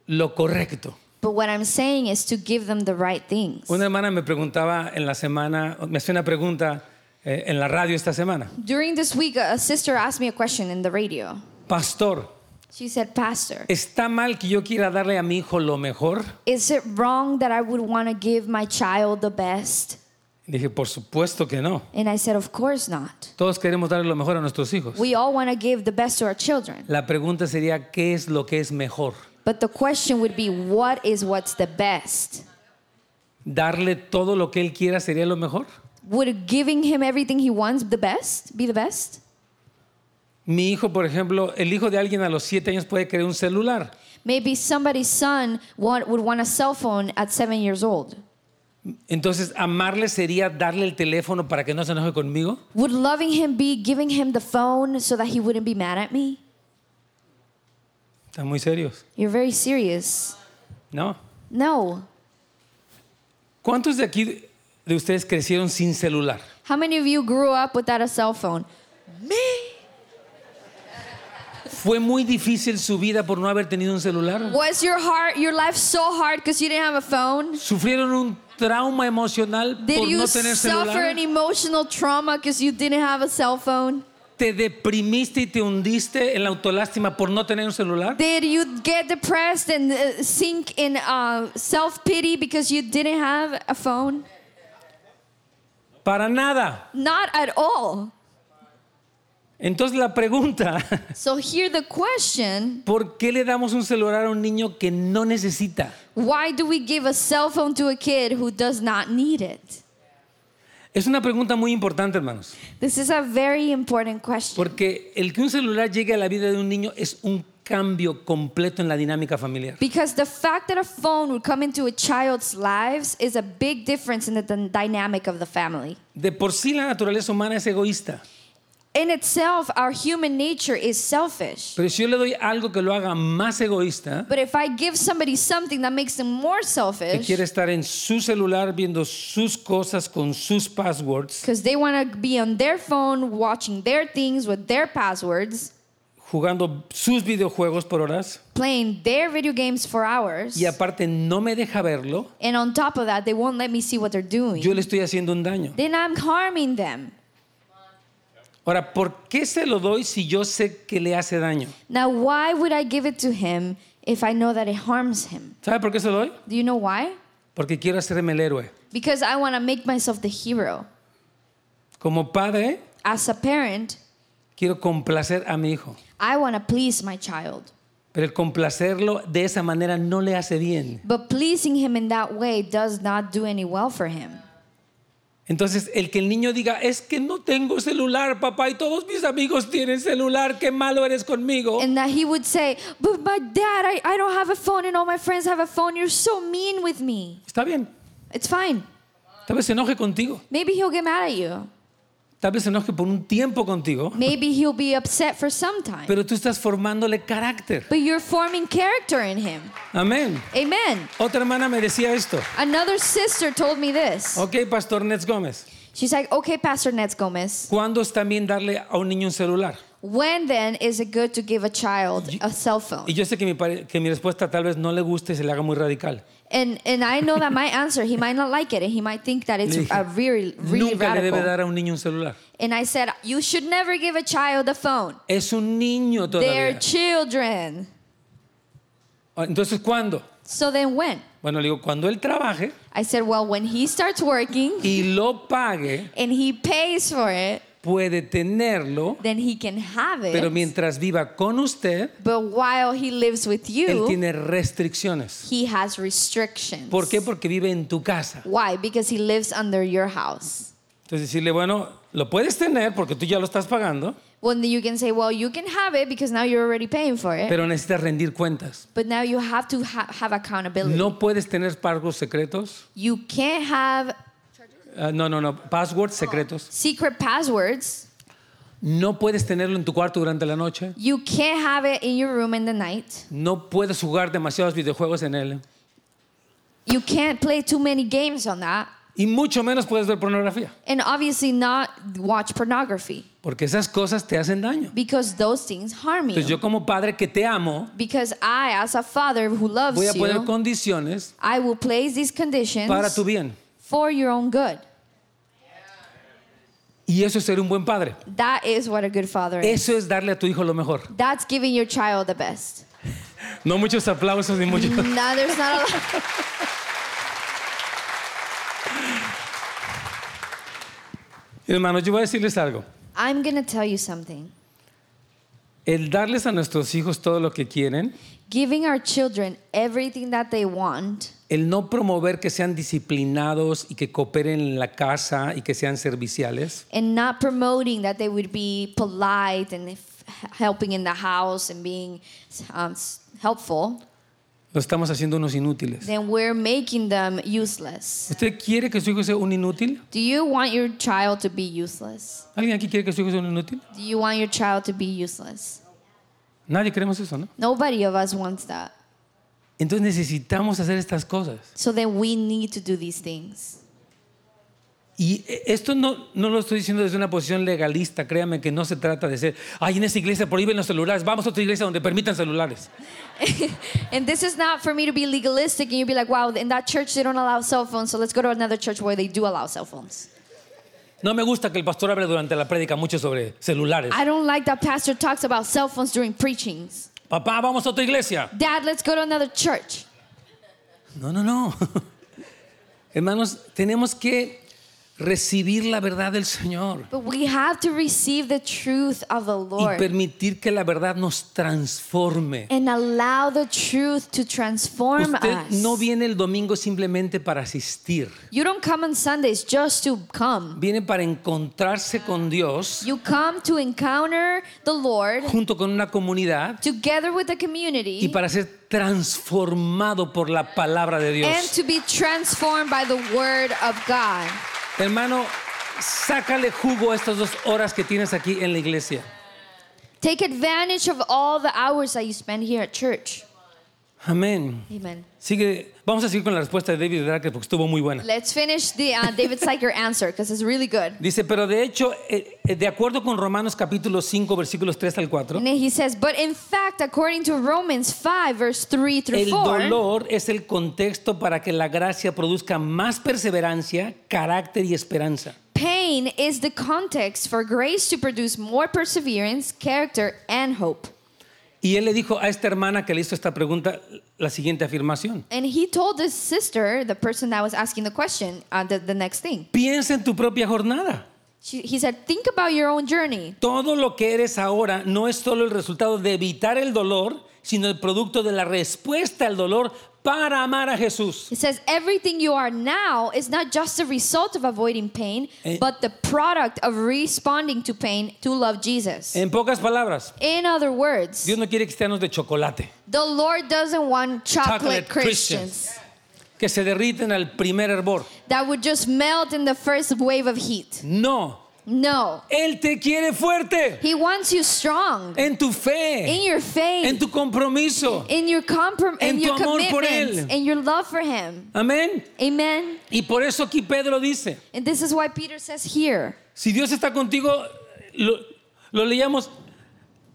Speaker 2: lo correcto.
Speaker 3: but what I'm saying is to give them the right things.
Speaker 2: Una hermana me preguntaba en la semana, me hacía una pregunta eh, en la radio esta semana.
Speaker 3: During this week, a a sister asked me a question in the radio.
Speaker 2: Pastor,
Speaker 3: She said, Pastor,
Speaker 2: ¿está mal que yo quiera darle a mi hijo lo mejor?
Speaker 3: is it wrong that I would want to give my child the best?
Speaker 2: Dije, por supuesto que no.
Speaker 3: And I said, Of course not.
Speaker 2: Todos queremos darle lo mejor a nuestros hijos.
Speaker 3: We all want to give the best to our children.
Speaker 2: La pregunta sería, ¿qué es lo que es mejor?
Speaker 3: But the question would be, What is what's the best?
Speaker 2: ¿Darle todo lo que él quiera sería lo mejor?
Speaker 3: Would giving him everything he wants the best be the best?
Speaker 2: Mi hijo, por ejemplo, el hijo de alguien a los siete años puede querer un celular.
Speaker 3: Maybe somebody's son want, would want a cell phone at seven years old.
Speaker 2: Entonces, amarle sería darle el teléfono para que no se enoje conmigo.
Speaker 3: Would loving him be giving him the phone so that he wouldn't be mad at me?
Speaker 2: Están muy serios,
Speaker 3: You're very serious.
Speaker 2: ¿no?
Speaker 3: No.
Speaker 2: ¿Cuántos de aquí de ustedes crecieron sin celular?
Speaker 3: How many of you grew up without a cell phone?
Speaker 2: ¿Fue muy difícil su vida por no haber tenido un celular?
Speaker 3: Was your heart, your life so hard because you didn't have a phone?
Speaker 2: ¿Sufrieron un trauma emocional
Speaker 3: Did
Speaker 2: por
Speaker 3: you
Speaker 2: no tener
Speaker 3: suffer
Speaker 2: celular?
Speaker 3: an emotional trauma because you didn't have a cell phone?
Speaker 2: ¿Te deprimiste y te hundiste en la autolástima por no tener un celular?
Speaker 3: Did you get depressed and uh, sink in uh, self pity because you didn't have a phone?
Speaker 2: Para nada.
Speaker 3: Not at all.
Speaker 2: Entonces la pregunta,
Speaker 3: So, here the question
Speaker 2: ¿por qué le damos un celular a un niño que no necesita?
Speaker 3: why do we give a cell phone to a kid who does not need it?
Speaker 2: Es una pregunta muy importante, hermanos,
Speaker 3: This is a very important question.
Speaker 2: porque el que un celular llegue a la vida de un niño es un cambio completo en la dinámica familiar.
Speaker 3: Because the fact that a phone would come into a child's lives is a big difference in the dyn- dynamic of the family.
Speaker 2: De por sí la naturaleza humana es egoísta,
Speaker 3: In itself, our human nature is selfish.
Speaker 2: pero si yo le doy algo que lo haga más egoísta,
Speaker 3: But if I give somebody something that makes them more
Speaker 2: que
Speaker 3: selfish,
Speaker 2: quiere estar en su celular viendo sus cosas con sus passwords,
Speaker 3: because they want to be on their phone watching their things with their passwords,
Speaker 2: jugando sus videojuegos por horas,
Speaker 3: playing their video games for hours,
Speaker 2: y aparte no me deja verlo,
Speaker 3: and on top of that, they won't let me see what they're doing,
Speaker 2: yo le estoy haciendo un daño.
Speaker 3: then I'm harming them.
Speaker 2: Ahora, ¿por qué se lo doy si yo sé que le hace daño?
Speaker 3: Now, why would I give it to him if I know that it harms him?
Speaker 2: ¿Sabe por qué se lo doy?
Speaker 3: Do you know why?
Speaker 2: Porque quiero hacerme el héroe.
Speaker 3: because I want to make myself the hero.
Speaker 2: Como padre,
Speaker 3: As a parent,
Speaker 2: quiero complacer a mi hijo.
Speaker 3: I want to please my child.
Speaker 2: Pero el complacerlo de esa manera no le hace bien.
Speaker 3: But pleasing him in that way does not do any well for him.
Speaker 2: Entonces, el que el niño diga, es que no tengo celular, papá, y todos mis amigos tienen celular, qué malo eres conmigo.
Speaker 3: And that he would say, But my dad, I, I don't have a phone and all my friends have a phone. You're so mean with me.
Speaker 2: Está bien.
Speaker 3: It's fine.
Speaker 2: Tal vez se enoje contigo.
Speaker 3: Maybe he'll get mad at you.
Speaker 2: Tal vez se enoje por un tiempo contigo.
Speaker 3: Maybe he'll be upset for some time.
Speaker 2: Pero tú estás formándole carácter.
Speaker 3: But you're forming character in him.
Speaker 2: Amén.
Speaker 3: Amen.
Speaker 2: Otra hermana me decía esto.
Speaker 3: Another sister told me this.
Speaker 2: Ok, Pastor Nets Gómez.
Speaker 3: She's like, Okay, Pastor Nets Gomez,
Speaker 2: ¿Cuándo es también darle a un niño un celular?
Speaker 3: when then is it good to give a child a cell phone?
Speaker 2: Y yo sé que mi, pare- que mi respuesta tal vez no le guste y se le haga muy radical.
Speaker 3: And, and I know that my answer, he might not like it and he might think that it's
Speaker 2: Le dije,
Speaker 3: a really, really
Speaker 2: Nunca le debe
Speaker 3: radical.
Speaker 2: dar a un niño un celular.
Speaker 3: And I said, You should never give a child a phone.
Speaker 2: Es un niño
Speaker 3: They're
Speaker 2: todavía.
Speaker 3: children.
Speaker 2: Entonces, ¿cuándo?
Speaker 3: So then when?
Speaker 2: Bueno, le digo, cuando él trabaje
Speaker 3: I said, Well, when he starts working
Speaker 2: y lo pague,
Speaker 3: and he pays for it,
Speaker 2: puede tenerlo,
Speaker 3: then he can have it.
Speaker 2: pero mientras viva con usted,
Speaker 3: but while he lives with
Speaker 2: él
Speaker 3: you,
Speaker 2: tiene restricciones.
Speaker 3: he has restrictions.
Speaker 2: ¿Por qué? Porque vive en tu casa.
Speaker 3: Why? Because he lives under your house.
Speaker 2: Entonces, decirle, bueno, lo puedes tener porque tú ya lo estás pagando,
Speaker 3: Well, then you can say, Well, you can have it because now you're already paying for it.
Speaker 2: pero necesitas rendir cuentas.
Speaker 3: but now you have to ha- have accountability.
Speaker 2: No puedes tener pagos secretos.
Speaker 3: You can't have
Speaker 2: Ah, no, no, no. Passwords secretos.
Speaker 3: secret passwords.
Speaker 2: No puedes tenerlo en tu cuarto durante la noche.
Speaker 3: You can't have it in your room in the night.
Speaker 2: No puedes jugar demasiados videojuegos en él.
Speaker 3: You can't play too many games on that.
Speaker 2: Y mucho menos puedes ver pornografía.
Speaker 3: And obviously, not watch pornography
Speaker 2: Porque esas cosas te hacen daño.
Speaker 3: because those things harm
Speaker 2: Entonces
Speaker 3: you.
Speaker 2: yo como padre que te amo,
Speaker 3: Because I, as a father who
Speaker 2: voy a
Speaker 3: loves
Speaker 2: poner
Speaker 3: you,
Speaker 2: condiciones
Speaker 3: I will place these conditions
Speaker 2: para tu bien.
Speaker 3: for your own good.
Speaker 2: Y eso es ser un buen padre.
Speaker 3: That is what a good father is.
Speaker 2: Eso es darle a tu hijo lo mejor.
Speaker 3: That's giving your child the best.
Speaker 2: No muchos aplausos ni muchos...
Speaker 3: Now, there's not a lot.
Speaker 2: Hermanos, yo voy a decirles algo.
Speaker 3: I'm going to tell you something.
Speaker 2: El darles a nuestros hijos todo lo que quieren,
Speaker 3: Giving our children everything that they want,
Speaker 2: el no promover que sean disciplinados y que cooperen en la casa y que sean serviciales,
Speaker 3: and not promoting that they would be polite and if, helping in the house and being um, s- helpful,
Speaker 2: lo estamos haciendo unos inútiles.
Speaker 3: then we're making them useless.
Speaker 2: ¿Usted quiere que su hijo sea un inútil?
Speaker 3: Do you want your child to be useless?
Speaker 2: ¿Alguien aquí quiere que su hijo sea un inútil?
Speaker 3: Do you want your child to be useless?
Speaker 2: Nadie queremos eso, ¿no?
Speaker 3: Nobody of us wants that.
Speaker 2: Entonces necesitamos hacer estas cosas.
Speaker 3: So then we need to do these things.
Speaker 2: Y esto no, no lo estoy diciendo desde una posición legalista, créame que no se trata de ser, ay, en esa iglesia prohíben los celulares, vamos a otra iglesia donde permitan celulares.
Speaker 3: and this is not for me to be legalistic and you'd be like, wow, in that church they don't allow cell phones, so let's go to another church where they do allow cell phones.
Speaker 2: No me gusta que el pastor hable durante la prédica mucho sobre celulares.
Speaker 3: I don't like that pastor talks about cell phones during preachings.
Speaker 2: Papá, vamos a otra iglesia.
Speaker 3: Dad, let's go to another church.
Speaker 2: No, no, no. Hermanos, tenemos que recibir la verdad del Señor
Speaker 3: But we have to receive the truth of the
Speaker 2: y
Speaker 3: Lord
Speaker 2: permitir que la verdad nos transforme.
Speaker 3: and allow the truth to transform
Speaker 2: Usted
Speaker 3: us.
Speaker 2: no viene el domingo simplemente para asistir,
Speaker 3: you don't come on Sundays just to come.
Speaker 2: viene para encontrarse con Dios
Speaker 3: You come to encounter the Lord
Speaker 2: junto con una comunidad
Speaker 3: together with the
Speaker 2: y
Speaker 3: community
Speaker 2: para ser transformado por la palabra de
Speaker 3: and
Speaker 2: Dios.
Speaker 3: to be transformed by the word of God.
Speaker 2: Hermano, sácale jugo a estas dos horas que tienes aquí en la iglesia.
Speaker 3: Take advantage of all the hours that you spend here at church.
Speaker 2: Amén.
Speaker 3: Amen.
Speaker 2: Sigue, vamos a seguir con la respuesta de David Dracker porque estuvo muy buena.
Speaker 3: Let's finish the uh, David Seiker answer because it's really good.
Speaker 2: Dice, pero de hecho, eh, eh, de acuerdo con Romanos capítulo 5, versículos 3 al 4,
Speaker 3: And then he says, but in fact, according to Romans 5, verse 3 through
Speaker 2: el
Speaker 3: 4,
Speaker 2: dolor es el contexto para que la gracia produzca más perseverancia, carácter y esperanza.
Speaker 3: pain is the context for grace to produce more perseverance, character, and hope.
Speaker 2: Y él le dijo a esta hermana que le hizo esta pregunta la siguiente afirmación.
Speaker 3: And he told his sister, the person that was asking the question, uh, the, the next thing.
Speaker 2: Piensa en tu propia jornada.
Speaker 3: She, he said, Think about your own journey.
Speaker 2: Todo lo que eres ahora no es solo el resultado de evitar el dolor, sino el producto de la respuesta al dolor para amar a Jesús.
Speaker 3: He says, Everything you are now is not just the result of avoiding pain,
Speaker 2: Eh.
Speaker 3: but the product of responding to pain to love Jesus.
Speaker 2: En pocas palabras,
Speaker 3: In other words,
Speaker 2: Dios no quiere cristianos de chocolate,
Speaker 3: the Lord doesn't want chocolate,
Speaker 2: Chocolate Christians.
Speaker 3: Christians,
Speaker 2: que se derriten al primer hervor.
Speaker 3: that would just melt in the first wave of heat.
Speaker 2: No,
Speaker 3: No.
Speaker 2: Él te quiere fuerte
Speaker 3: He wants you strong
Speaker 2: en tu fe,
Speaker 3: in your faith,
Speaker 2: Eh. en tu compromiso.
Speaker 3: in your comprom-
Speaker 2: En
Speaker 3: in your
Speaker 2: tu amor por
Speaker 3: commitment,
Speaker 2: él.
Speaker 3: in your love for Him.
Speaker 2: Amén.
Speaker 3: Amen.
Speaker 2: Y por eso aquí Pedro dice,
Speaker 3: And this is why Peter says here.
Speaker 2: si Dios está contigo, lo, lo leíamos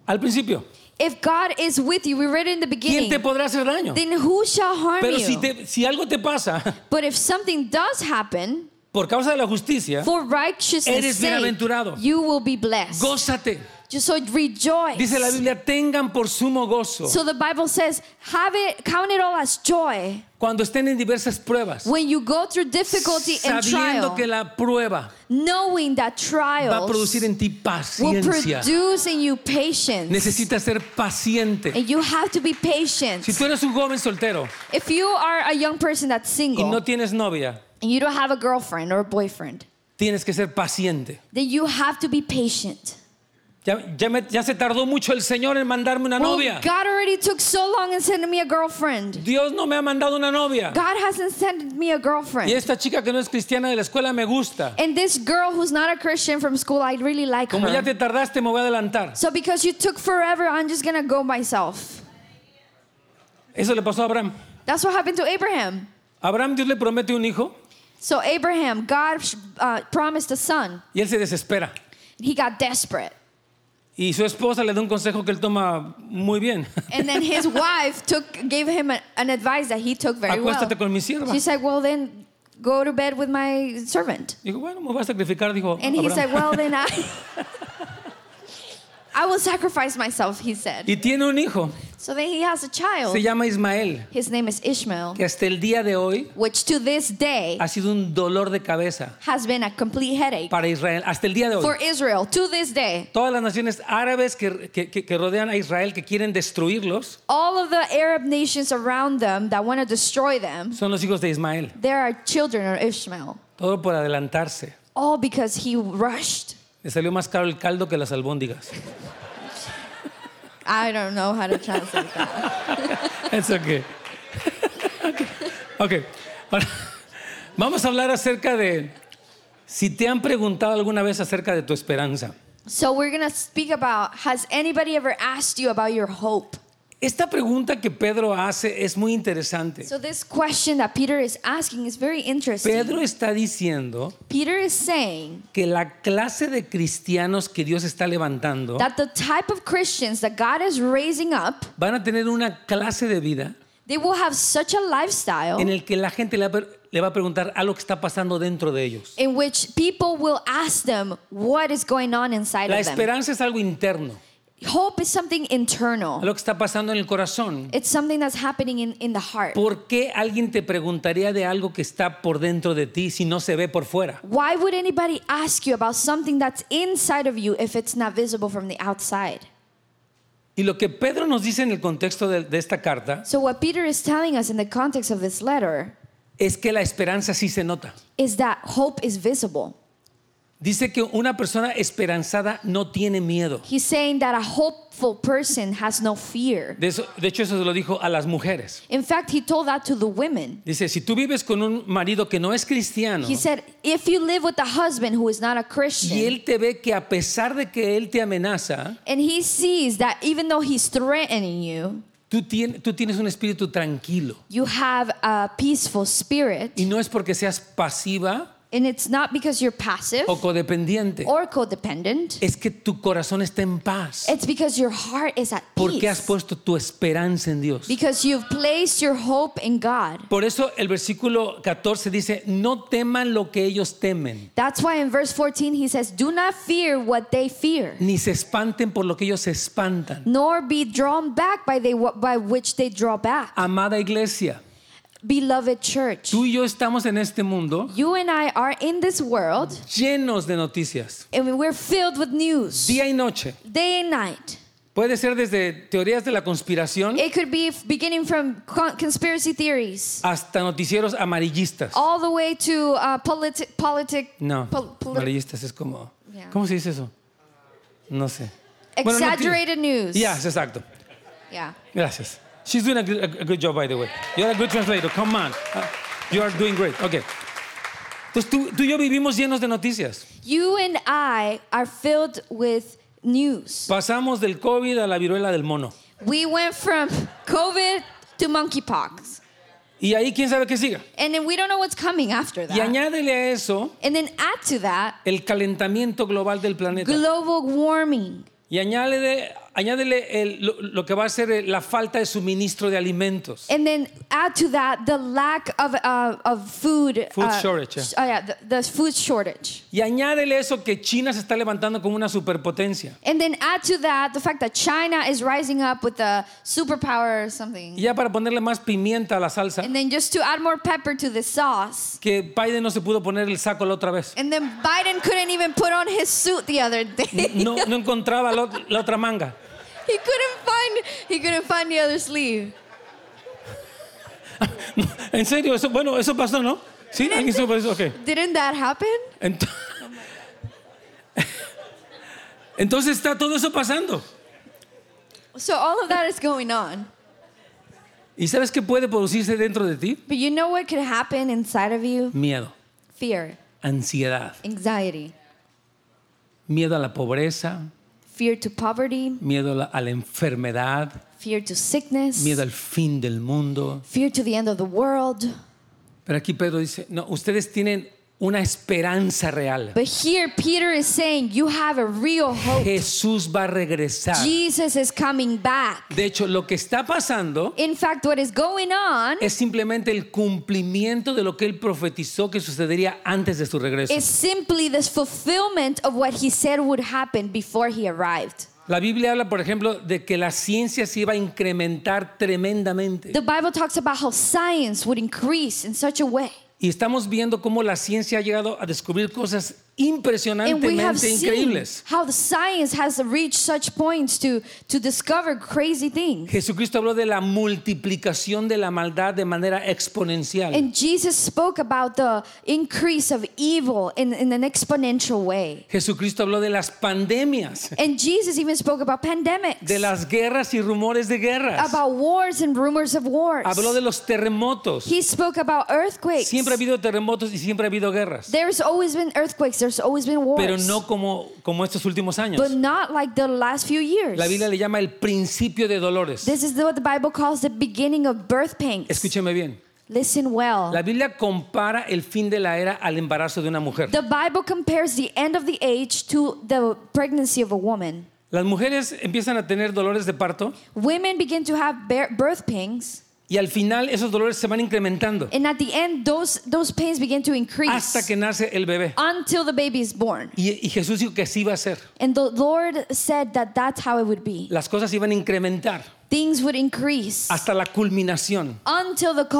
Speaker 2: al principio.
Speaker 3: If God is with you, we read it in the
Speaker 2: ¿Quién te
Speaker 3: beginning,
Speaker 2: podrá hacer daño?
Speaker 3: then who shall harm
Speaker 2: Pero
Speaker 3: you?
Speaker 2: si, te- si algo te pasa
Speaker 3: but if something does happen,
Speaker 2: por causa de la justicia,
Speaker 3: for righteousness'
Speaker 2: Eres
Speaker 3: sake,
Speaker 2: bienaventurado.
Speaker 3: you will be blessed.
Speaker 2: gózate.
Speaker 3: Just so rejoice.
Speaker 2: Dice la Biblia, tengan por sumo gozo
Speaker 3: So the Bible says, have it, count it all as joy
Speaker 2: cuando estén en diversas pruebas,
Speaker 3: when you go through difficulty
Speaker 2: sabiendo
Speaker 3: and trial,
Speaker 2: que la prueba
Speaker 3: knowing that
Speaker 2: va a producir
Speaker 3: trials
Speaker 2: en ti
Speaker 3: will
Speaker 2: paciencia.
Speaker 3: produce in you patience,
Speaker 2: Necesitas ser paciente.
Speaker 3: and you have to be patient.
Speaker 2: Si tú eres un joven soltero
Speaker 3: If you are a young person that's
Speaker 2: y
Speaker 3: single
Speaker 2: no tienes novia,
Speaker 3: and you don't have a girlfriend or a boyfriend,
Speaker 2: tienes que ser paciente.
Speaker 3: then you have to be patient.
Speaker 2: Ya, ya me- ya se tardó mucho el Señor en mandarme una
Speaker 3: Well,
Speaker 2: novia.
Speaker 3: Oh, God already took so long in sending me a girlfriend.
Speaker 2: Dios no me ha mandado una novia.
Speaker 3: God hasn't sent me a girlfriend.
Speaker 2: Y esta chica que no es cristiana de la escuela me gusta.
Speaker 3: And this girl who's not a Christian from school, I really like
Speaker 2: Como
Speaker 3: her.
Speaker 2: ya te tardaste, me voy a adelantar.
Speaker 3: So because you took forever, I'm just gonna go myself.
Speaker 2: Eso le pasó a Abraham.
Speaker 3: That's what happened to Abraham.
Speaker 2: Abraham Dios le promete un hijo
Speaker 3: So Abraham, God uh, promised a son.
Speaker 2: y él se desespera.
Speaker 3: He got desperate,
Speaker 2: Y su esposa le da un consejo que él toma muy bien.
Speaker 3: and then his wife took gave him a- an advice that he took very well.
Speaker 2: Acuéstate con mi sierva.
Speaker 3: She said, "Well, then go to bed with my servant."
Speaker 2: Dijo, bueno, me voy a sacrificar, dijo
Speaker 3: And he said,
Speaker 2: Abraham.
Speaker 3: "Well, then I." I will sacrifice myself, he said.
Speaker 2: Y tiene un hijo,
Speaker 3: So then he has a child.
Speaker 2: se llama Ismael,
Speaker 3: His name is Ishmael,
Speaker 2: que hasta el día de hoy
Speaker 3: which to this day
Speaker 2: ha sido un dolor de cabeza
Speaker 3: has been a complete headache
Speaker 2: para Israel. Hasta el día de hoy.
Speaker 3: for Israel. To this day,
Speaker 2: Todas las naciones árabes que, que- que- que rodean a Israel, que quieren destruirlos,
Speaker 3: all of the Arab nations around them that want to destroy them,
Speaker 2: son los hijos de Ismael.
Speaker 3: there are children of Ishmael.
Speaker 2: Todo por adelantarse.
Speaker 3: All because he rushed.
Speaker 2: Le salió más caro el caldo que las albóndigas.
Speaker 3: I don't know how to translate that.
Speaker 2: It's okay. Okay. Ahora, vamos a hablar acerca de si te han preguntado alguna vez acerca de tu esperanza.
Speaker 3: So we're going to speak about has anybody ever asked you about your hope?
Speaker 2: Esta pregunta que Pedro hace es muy interesante.
Speaker 3: So this question that Peter is asking is very interesting.
Speaker 2: Pedro está diciendo
Speaker 3: Peter is saying
Speaker 2: que la clase de cristianos que Dios está levantando
Speaker 3: that the type of Christians that God is raising up,
Speaker 2: van a tener una clase de vida
Speaker 3: they will have such a lifestyle
Speaker 2: en el que la gente le va a pre- le va a preguntar a lo que está pasando dentro de ellos.
Speaker 3: in which people will ask them what is going on inside
Speaker 2: La
Speaker 3: of them.
Speaker 2: esperanza es algo interno,
Speaker 3: Hope is something
Speaker 2: a
Speaker 3: internal.
Speaker 2: lo que está pasando en el corazón.
Speaker 3: It's something that's happening in, in the heart.
Speaker 2: ¿Por qué alguien te preguntaría de algo que está por dentro de ti si no se ve por fuera?
Speaker 3: Why would anybody ask you about something that's inside of you if it's not visible from the outside?
Speaker 2: Y lo que Pedro nos dice en el contexto de, de esta carta
Speaker 3: So, what Peter is telling us in the context of this letter
Speaker 2: es que la esperanza sí se nota.
Speaker 3: is that hope is visible.
Speaker 2: Dice que una persona esperanzada no tiene miedo.
Speaker 3: He's saying that a hopeful person has no fear.
Speaker 2: De, eso- de hecho, eso se lo dijo a las mujeres.
Speaker 3: In fact, he told that to the women.
Speaker 2: Dice, si tú vives con un marido que no es cristiano
Speaker 3: He said, If you live with a husband who is not a
Speaker 2: y
Speaker 3: Christian,
Speaker 2: él te ve que a pesar de que él te amenaza,
Speaker 3: and he sees that even though he's threatening you,
Speaker 2: tú, tien- tú tienes un espíritu tranquilo.
Speaker 3: you have a peaceful spirit,
Speaker 2: Y no es porque seas pasiva
Speaker 3: and it's not because you're passive
Speaker 2: o codependiente.
Speaker 3: or codependent.
Speaker 2: Es que tu corazón está en paz.
Speaker 3: It's because your heart is at
Speaker 2: Porque has
Speaker 3: peace.
Speaker 2: puesto tu esperanza en Dios.
Speaker 3: Because you've placed your hope in God.
Speaker 2: Por eso el versículo 14 dice, no teman lo que ellos temen,
Speaker 3: That's why in verse 14 he says, Do not fear what they fear,
Speaker 2: ni se espanten por lo que ellos se espantan.
Speaker 3: nor be drawn back by, they, by which they draw back.
Speaker 2: Amada iglesia,
Speaker 3: Beloved church,
Speaker 2: Tú y yo estamos en este mundo
Speaker 3: you and I are in this world
Speaker 2: llenos de noticias,
Speaker 3: and we're filled with news
Speaker 2: día y noche.
Speaker 3: day and night.
Speaker 2: Puede ser desde teorías de la conspiración
Speaker 3: It could be f- beginning from con- conspiracy theories
Speaker 2: hasta noticieros amarillistas.
Speaker 3: all the way to uh, politi- politic.
Speaker 2: No,
Speaker 3: pol- poli-
Speaker 2: amarillistas es como...
Speaker 3: Yeah.
Speaker 2: ¿Cómo se dice eso? No sé. Bueno, noti-
Speaker 3: Exaggerated news.
Speaker 2: Yes, exacto.
Speaker 3: Yeah.
Speaker 2: Gracias. She's doing a good, a good job, by the way. You're a good translator. Come on. Uh, You are doing great. Okay. Entonces tú, tú y yo vivimos llenos de noticias.
Speaker 3: You and I are filled with news.
Speaker 2: Pasamos del COVID a la viruela del mono.
Speaker 3: We went from COVID to monkeypox.
Speaker 2: Y ahí quién sabe qué siga.
Speaker 3: And then we don't know what's coming after
Speaker 2: Y
Speaker 3: that.
Speaker 2: añádele a eso
Speaker 3: And then add to that
Speaker 2: el calentamiento global del planeta.
Speaker 3: global warming.
Speaker 2: Y añádele, añádele el- lo, lo que va a ser el- la falta de suministro de alimentos.
Speaker 3: And then add to that the lack of, uh, of food.
Speaker 2: Food
Speaker 3: uh,
Speaker 2: shortage, yeah.
Speaker 3: sh- oh, yeah, the, the food shortage.
Speaker 2: Y añádele eso que China se está levantando como una superpotencia.
Speaker 3: And then add to that the fact that China is rising up with a superpower or something.
Speaker 2: Y ya para ponerle más pimienta a la salsa,
Speaker 3: And then just to add more pepper to the sauce.
Speaker 2: que Biden no se pudo poner el saco la otra vez.
Speaker 3: And then Biden couldn't even put on his suit the other day.
Speaker 2: No, no encontraba la, ot- la otra manga.
Speaker 3: he couldn't find he couldn't find the other sleeve.
Speaker 2: En serio, eso, bueno, eso pasó, ¿no? Sí, alguien estuvo por eso, ok.
Speaker 3: Didn't that happen?
Speaker 2: Ent- Entonces está todo eso pasando.
Speaker 3: So all of that is going on.
Speaker 2: ¿Y sabes qué puede producirse dentro de ti?
Speaker 3: But you know what could happen inside of you?
Speaker 2: Miedo,
Speaker 3: Fear,
Speaker 2: ansiedad,
Speaker 3: anxiety,
Speaker 2: miedo a la pobreza,
Speaker 3: fear to poverty,
Speaker 2: miedo a la, a la enfermedad,
Speaker 3: fear to sickness,
Speaker 2: miedo al fin del mundo.
Speaker 3: fear to the end of the world.
Speaker 2: Pero aquí Pedro dice, no, ustedes tienen una esperanza real.
Speaker 3: But here Peter is saying you have a real hope.
Speaker 2: Jesús va a regresar.
Speaker 3: Jesus is coming back.
Speaker 2: De hecho, lo que está pasando
Speaker 3: In fact, what is going on
Speaker 2: es simplemente el cumplimiento de lo que él profetizó que sucedería antes de su regreso.
Speaker 3: is simply this fulfillment of what he said would happen before he arrived.
Speaker 2: La Biblia habla, por ejemplo, de que la ciencia se iba a incrementar tremendamente.
Speaker 3: The Bible talks about how science would increase in such a way.
Speaker 2: Y estamos viendo cómo la ciencia ha llegado a descubrir cosas
Speaker 3: And we have
Speaker 2: impresionantemente
Speaker 3: seen
Speaker 2: increíbles.
Speaker 3: how the science has reached such points to, to discover crazy things.
Speaker 2: Jesucristo habló de la multiplicación de la maldad de manera exponencial.
Speaker 3: And Jesus spoke about the increase of evil in, in an exponential way.
Speaker 2: Jesucristo habló de las pandemias,
Speaker 3: And Jesus even spoke about pandemics,
Speaker 2: de las guerras y rumores de guerras.
Speaker 3: about wars and rumors of wars.
Speaker 2: Habló de los terremotos.
Speaker 3: He spoke about earthquakes.
Speaker 2: Siempre ha habido terremotos y siempre ha habido guerras,
Speaker 3: There's always been earthquakes, there's always been wars.
Speaker 2: pero no como, como estos últimos años.
Speaker 3: But not like the last few years.
Speaker 2: La Biblia le llama el principio de dolores.
Speaker 3: This is what the Bible calls the beginning of birth pains.
Speaker 2: Escúcheme bien.
Speaker 3: Listen well.
Speaker 2: La Biblia compara el fin de la era al embarazo de una mujer.
Speaker 3: The Bible compares the end of the age to the pregnancy of a woman.
Speaker 2: Las mujeres empiezan a tener dolores de parto
Speaker 3: Women begin to have bear- birth pains,
Speaker 2: y al final esos dolores se van incrementando
Speaker 3: and at the end, those, those pains begin to increase
Speaker 2: hasta que nace el bebé.
Speaker 3: until the baby is born.
Speaker 2: Y, y Jesús dijo que así iba a ser.
Speaker 3: And the Lord said that that's how it would be.
Speaker 2: Las cosas iban a incrementar
Speaker 3: Things would increase
Speaker 2: hasta la culminación,
Speaker 3: until the
Speaker 2: que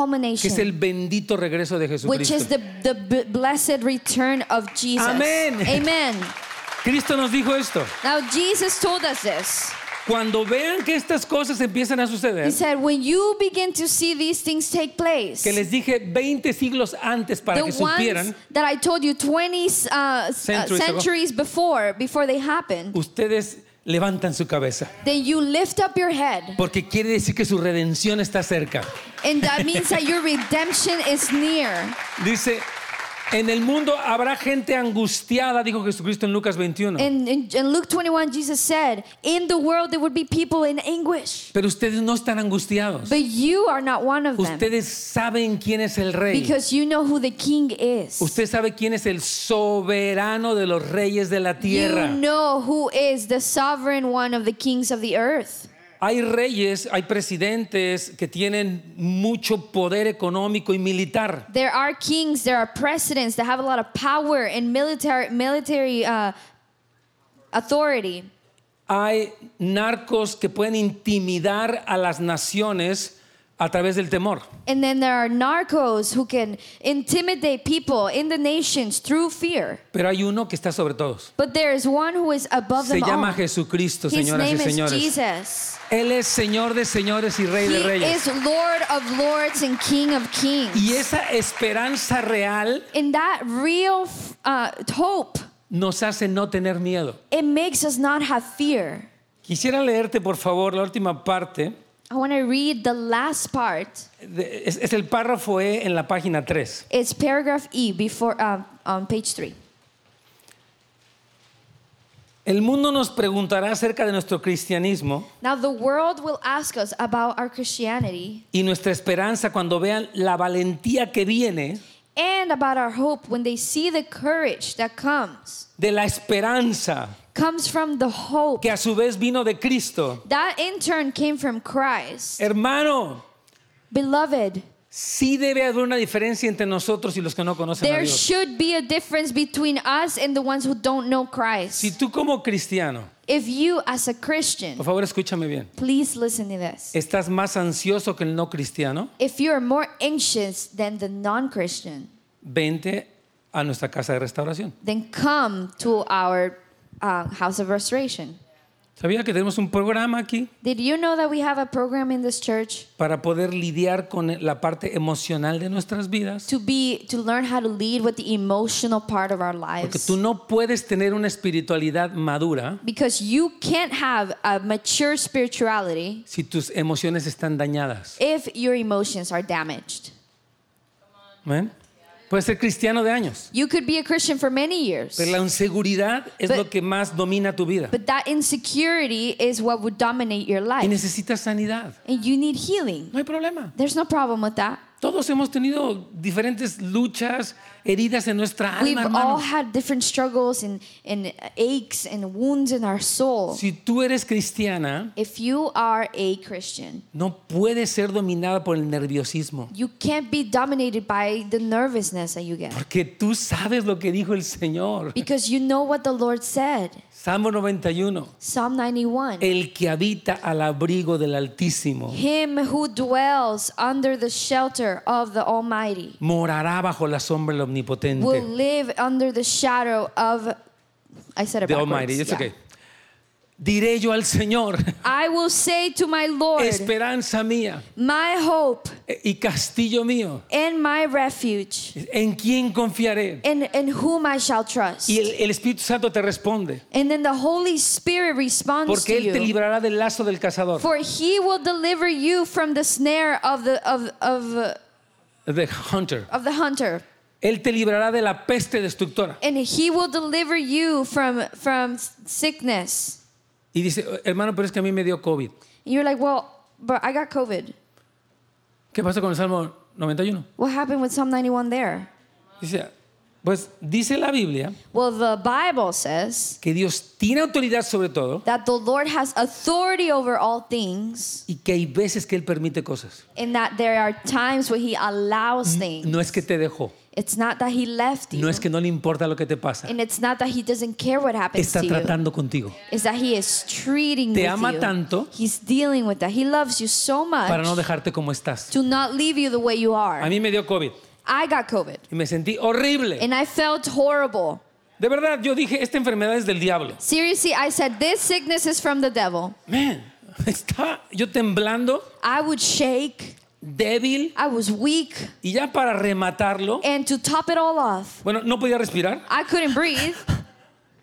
Speaker 2: es el
Speaker 3: culmination,
Speaker 2: bendito regreso de
Speaker 3: which is
Speaker 2: Jesucristo.
Speaker 3: the, the b- blessed return of Jesus.
Speaker 2: Amén.
Speaker 3: Amen.
Speaker 2: Cristo nos dijo esto.
Speaker 3: Now, Jesus told us this.
Speaker 2: Cuando vean que estas cosas empiezan a
Speaker 3: He
Speaker 2: suceder,
Speaker 3: said, when you begin to see these things take place,
Speaker 2: que les dije 20 siglos antes para
Speaker 3: the
Speaker 2: que
Speaker 3: ones
Speaker 2: supieran,
Speaker 3: that I told you 20 uh,
Speaker 2: Centuries
Speaker 3: centuries,
Speaker 2: ago.
Speaker 3: centuries before, before they happened,
Speaker 2: ustedes levantan su cabeza.
Speaker 3: then you lift up your head.
Speaker 2: Porque quiere decir que su redención está cerca.
Speaker 3: And that means that your redemption is near.
Speaker 2: Dice, en el mundo habrá gente angustiada, dijo Jesucristo en Lucas 21.
Speaker 3: And in, in Luke 21, Jesus said, In the world there would be people in anguish,
Speaker 2: Pero ustedes no están angustiados.
Speaker 3: but you are not one of them.
Speaker 2: Ustedes saben quién es el rey.
Speaker 3: Because you know who the king is.
Speaker 2: Usted sabe quién es el soberano de los reyes de la
Speaker 3: You
Speaker 2: tierra.
Speaker 3: know who is the sovereign one of the kings of the earth.
Speaker 2: Hay reyes, hay presidentes que tienen mucho poder económico y militar.
Speaker 3: There are kings, there are presidents that have a lot of power and military military uh, authority.
Speaker 2: Hay narcos que pueden intimidar a las naciones a través del temor.
Speaker 3: And then there are narcos who can intimidate people in the nations through fear.
Speaker 2: Pero hay uno que está sobre todos.
Speaker 3: But there is one who is above
Speaker 2: Se
Speaker 3: them
Speaker 2: llama
Speaker 3: all.
Speaker 2: Jesucristo,
Speaker 3: His
Speaker 2: señoras y
Speaker 3: name is
Speaker 2: señores.
Speaker 3: Jesus.
Speaker 2: Él es Señor de señores y Rey
Speaker 3: He
Speaker 2: de reyes.
Speaker 3: is Lord of lords and King of kings.
Speaker 2: Y esa esperanza real
Speaker 3: And that real uh, hope,
Speaker 2: nos hace no tener miedo.
Speaker 3: it makes us not have fear.
Speaker 2: Quisiera leerte, por favor, la última parte.
Speaker 3: I want to read the last part.
Speaker 2: De- es, es el párrafo E en la página 3.
Speaker 3: It's paragraph E before um, on page three.
Speaker 2: El mundo nos preguntará acerca de nuestro cristianismo
Speaker 3: Now the world will ask us about our Christianity
Speaker 2: y nuestra esperanza cuando vean la valentía que viene
Speaker 3: and about our hope when they see the courage that comes
Speaker 2: de la esperanza
Speaker 3: comes from the hope
Speaker 2: que a su vez vino de Cristo.
Speaker 3: that in turn came from Christ.
Speaker 2: Hermano,
Speaker 3: Beloved,
Speaker 2: sí debe haber una diferencia entre nosotros y los que no conocen a
Speaker 3: there
Speaker 2: Dios.
Speaker 3: should be a difference between us and the ones who don't know
Speaker 2: Si
Speaker 3: Christ.
Speaker 2: tú como cristiano,
Speaker 3: If you as a
Speaker 2: por
Speaker 3: Christian,
Speaker 2: favor escúchame bien,
Speaker 3: please listen to this.
Speaker 2: estás más ansioso que el no cristiano,
Speaker 3: If you are more anxious than the non-Christian,
Speaker 2: vente a nuestra casa de restauración.
Speaker 3: then come to our uh, house of restoration.
Speaker 2: ¿Sabía que tenemos un programa aquí
Speaker 3: Did you know that we have a program in this church
Speaker 2: para poder lidiar con la parte emocional de nuestras vidas?
Speaker 3: to be to learn how to lead with the emotional part of our
Speaker 2: Porque
Speaker 3: lives?
Speaker 2: tú no puedes tener una espiritualidad madura
Speaker 3: Because you can't have a mature spirituality
Speaker 2: si tus emociones están dañadas.
Speaker 3: if your emotions are damaged.
Speaker 2: ¿Ven? Puedes ser cristiano de años,
Speaker 3: You could be a Christian for many years,
Speaker 2: pero la inseguridad es
Speaker 3: But-
Speaker 2: lo que más domina tu vida.
Speaker 3: but that insecurity is what would dominate your
Speaker 2: Y
Speaker 3: life,
Speaker 2: necesitas sanidad.
Speaker 3: and you need healing.
Speaker 2: No hay problema.
Speaker 3: There's no problem with that.
Speaker 2: Todos hemos tenido diferentes luchas, heridas en nuestra
Speaker 3: We've
Speaker 2: alma,
Speaker 3: all
Speaker 2: hermano.
Speaker 3: had different struggles and, and aches and wounds in our soul.
Speaker 2: Si tú eres cristiana,
Speaker 3: If you are a Christian,
Speaker 2: no puedes ser dominada por el nerviosismo.
Speaker 3: you can't be dominated by the nervousness that you get
Speaker 2: Porque tú sabes lo que dijo el Señor.
Speaker 3: because you know what the Lord said.
Speaker 2: Salmo 91.
Speaker 3: Psalm 91
Speaker 2: El que habita al abrigo del Altísimo
Speaker 3: Him who dwells under the shelter of the Almighty
Speaker 2: morará bajo la sombra del
Speaker 3: will
Speaker 2: Omnipotente.
Speaker 3: live under the shadow of. I said it
Speaker 2: De
Speaker 3: backwards.
Speaker 2: Almighty. It's
Speaker 3: yeah.
Speaker 2: okay. Diré yo al Señor,
Speaker 3: I will say to my Lord,
Speaker 2: esperanza mía
Speaker 3: my hope
Speaker 2: Eh, y castillo mío,
Speaker 3: and my refuge,
Speaker 2: ¿en quién confiaré?
Speaker 3: and in whom I shall trust.
Speaker 2: Y el, el Espíritu Santo te responde,
Speaker 3: And then the Holy Spirit responds
Speaker 2: porque
Speaker 3: to
Speaker 2: Él te
Speaker 3: you.
Speaker 2: librará del lazo del cazador.
Speaker 3: For he will deliver you from the snare of the of of uh,
Speaker 2: The hunter.
Speaker 3: of the hunter,
Speaker 2: Él te librará de la peste destructora.
Speaker 3: and he will deliver you from from sickness.
Speaker 2: Y dice, "Eh, hermano, pero es que a mí me dio COVID.
Speaker 3: And you're like, well, but I got COVID.
Speaker 2: ¿Qué pasó con el Salmo 91?
Speaker 3: What happened with Psalm 91 there?
Speaker 2: Dice, pues dice la Biblia
Speaker 3: Well, the Bible says
Speaker 2: que Dios tiene autoridad sobre todo
Speaker 3: that the Lord has authority over all things,
Speaker 2: y que hay veces que Él permite cosas.
Speaker 3: and that there are times where He allows things.
Speaker 2: No es que te dejó,
Speaker 3: It's not that He left you,
Speaker 2: no es que no le importa lo que te pasa.
Speaker 3: and it's not that He doesn't care what happens
Speaker 2: Está
Speaker 3: to you.
Speaker 2: tratando contigo
Speaker 3: is that he is treating
Speaker 2: Te
Speaker 3: with
Speaker 2: ama
Speaker 3: you.
Speaker 2: tanto.
Speaker 3: He's dealing with that. He loves you so much
Speaker 2: para no dejarte como estás.
Speaker 3: to not leave you the way you are.
Speaker 2: A mí me dio COVID
Speaker 3: I got COVID
Speaker 2: y me sentí horrible.
Speaker 3: and I felt horrible.
Speaker 2: De verdad, yo dije, esta enfermedad es del diablo.
Speaker 3: Seriously, I said this sickness is from the devil.
Speaker 2: Man, estaba yo temblando,
Speaker 3: I would shake.
Speaker 2: débil,
Speaker 3: I was weak,
Speaker 2: y ya para rematarlo,
Speaker 3: and to top it all off,
Speaker 2: bueno, no podía respirar
Speaker 3: I couldn't breathe,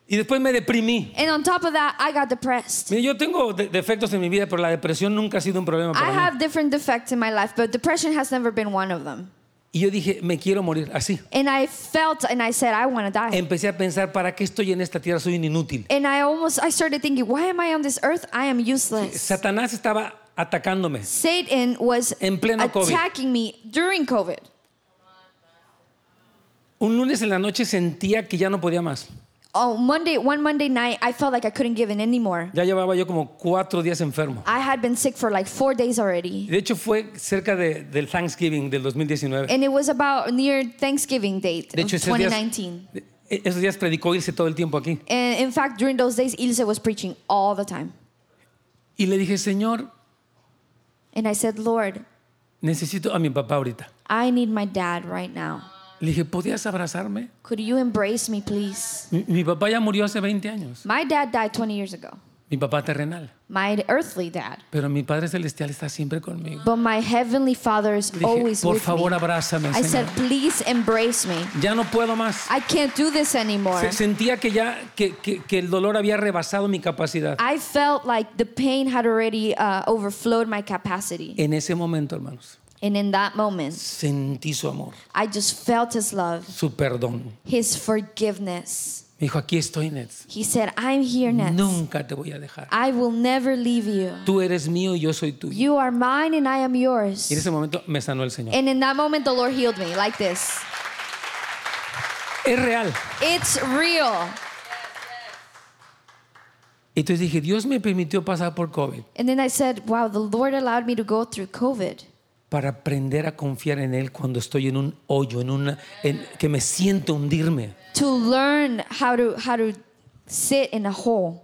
Speaker 2: y después me deprimí.
Speaker 3: and on top of that, I got depressed.
Speaker 2: Mire, yo tengo de- defectos en mi vida, pero la depresión nunca ha sido un problema para
Speaker 3: I
Speaker 2: mí.
Speaker 3: have different defects in my life, but depression has never been one of them.
Speaker 2: Y yo dije, me quiero morir así.
Speaker 3: And I felt and I said I want to die.
Speaker 2: Empecé a pensar, ¿para qué estoy en esta tierra? Soy un inútil.
Speaker 3: And I almost I started thinking, why am I on this earth? I am useless.
Speaker 2: Satanás estaba atacándome.
Speaker 3: Satan was
Speaker 2: En pleno COVID.
Speaker 3: attacking me during COVID.
Speaker 2: Un lunes en la noche sentía que ya no podía más.
Speaker 3: Oh, Monday, one Monday night, I felt like I couldn't give in anymore.
Speaker 2: Ya llevaba yo como cuatro días enfermo.
Speaker 3: I had been sick for like four days already.
Speaker 2: De hecho, fue cerca de- del Thanksgiving del 2019.
Speaker 3: And it was about near Thanksgiving date
Speaker 2: De
Speaker 3: of
Speaker 2: hecho, esos días,
Speaker 3: 2019.
Speaker 2: de- esos días predicó irse todo el tiempo aquí.
Speaker 3: And in fact, during those days, Ilse was preaching all the time.
Speaker 2: Y le dije, Señor,
Speaker 3: And I said, Lord,
Speaker 2: necesito a mi papá ahorita.
Speaker 3: I need my dad right now.
Speaker 2: Le dije, ¿podías abrazarme?
Speaker 3: Could you embrace me, please?
Speaker 2: Mi, mi papá ya murió hace 20 años,
Speaker 3: My dad died 20 years ago,
Speaker 2: mi papá terrenal,
Speaker 3: my earthly dad.
Speaker 2: pero mi Padre Celestial está siempre conmigo.
Speaker 3: But my heavenly father is
Speaker 2: Le dije,
Speaker 3: always
Speaker 2: por
Speaker 3: with
Speaker 2: favor,
Speaker 3: me.
Speaker 2: abrázame,
Speaker 3: I said,
Speaker 2: Señor.
Speaker 3: please embrace me.
Speaker 2: Ya no puedo más.
Speaker 3: I can't do this anymore.
Speaker 2: Se- sentía que ya que, que- que el dolor había rebasado mi capacidad.
Speaker 3: I felt like the pain had already uh, overflowed my capacity.
Speaker 2: En ese momento, hermanos,
Speaker 3: And in that moment,
Speaker 2: sentí su amor,
Speaker 3: I just felt his love,
Speaker 2: su perdón.
Speaker 3: his forgiveness.
Speaker 2: Me dijo, aquí estoy, Nets.
Speaker 3: He said, I'm here, Nets.
Speaker 2: Nunca te voy a dejar.
Speaker 3: I will never leave you.
Speaker 2: Tú eres mío y yo soy tuyo.
Speaker 3: You Eh. are mine and I am yours.
Speaker 2: Y en ese momento me sanó el Señor.
Speaker 3: And in that moment, the Lord healed me like this.
Speaker 2: Es real.
Speaker 3: It's real.
Speaker 2: Entonces dije, Dios me permitió pasar por COVID
Speaker 3: And then I said, wow, the Lord allowed me to go through COVID
Speaker 2: para aprender a confiar en Él cuando estoy en un hoyo, en una, en- que me siento hundirme.
Speaker 3: to learn how to, how to sit in a hole,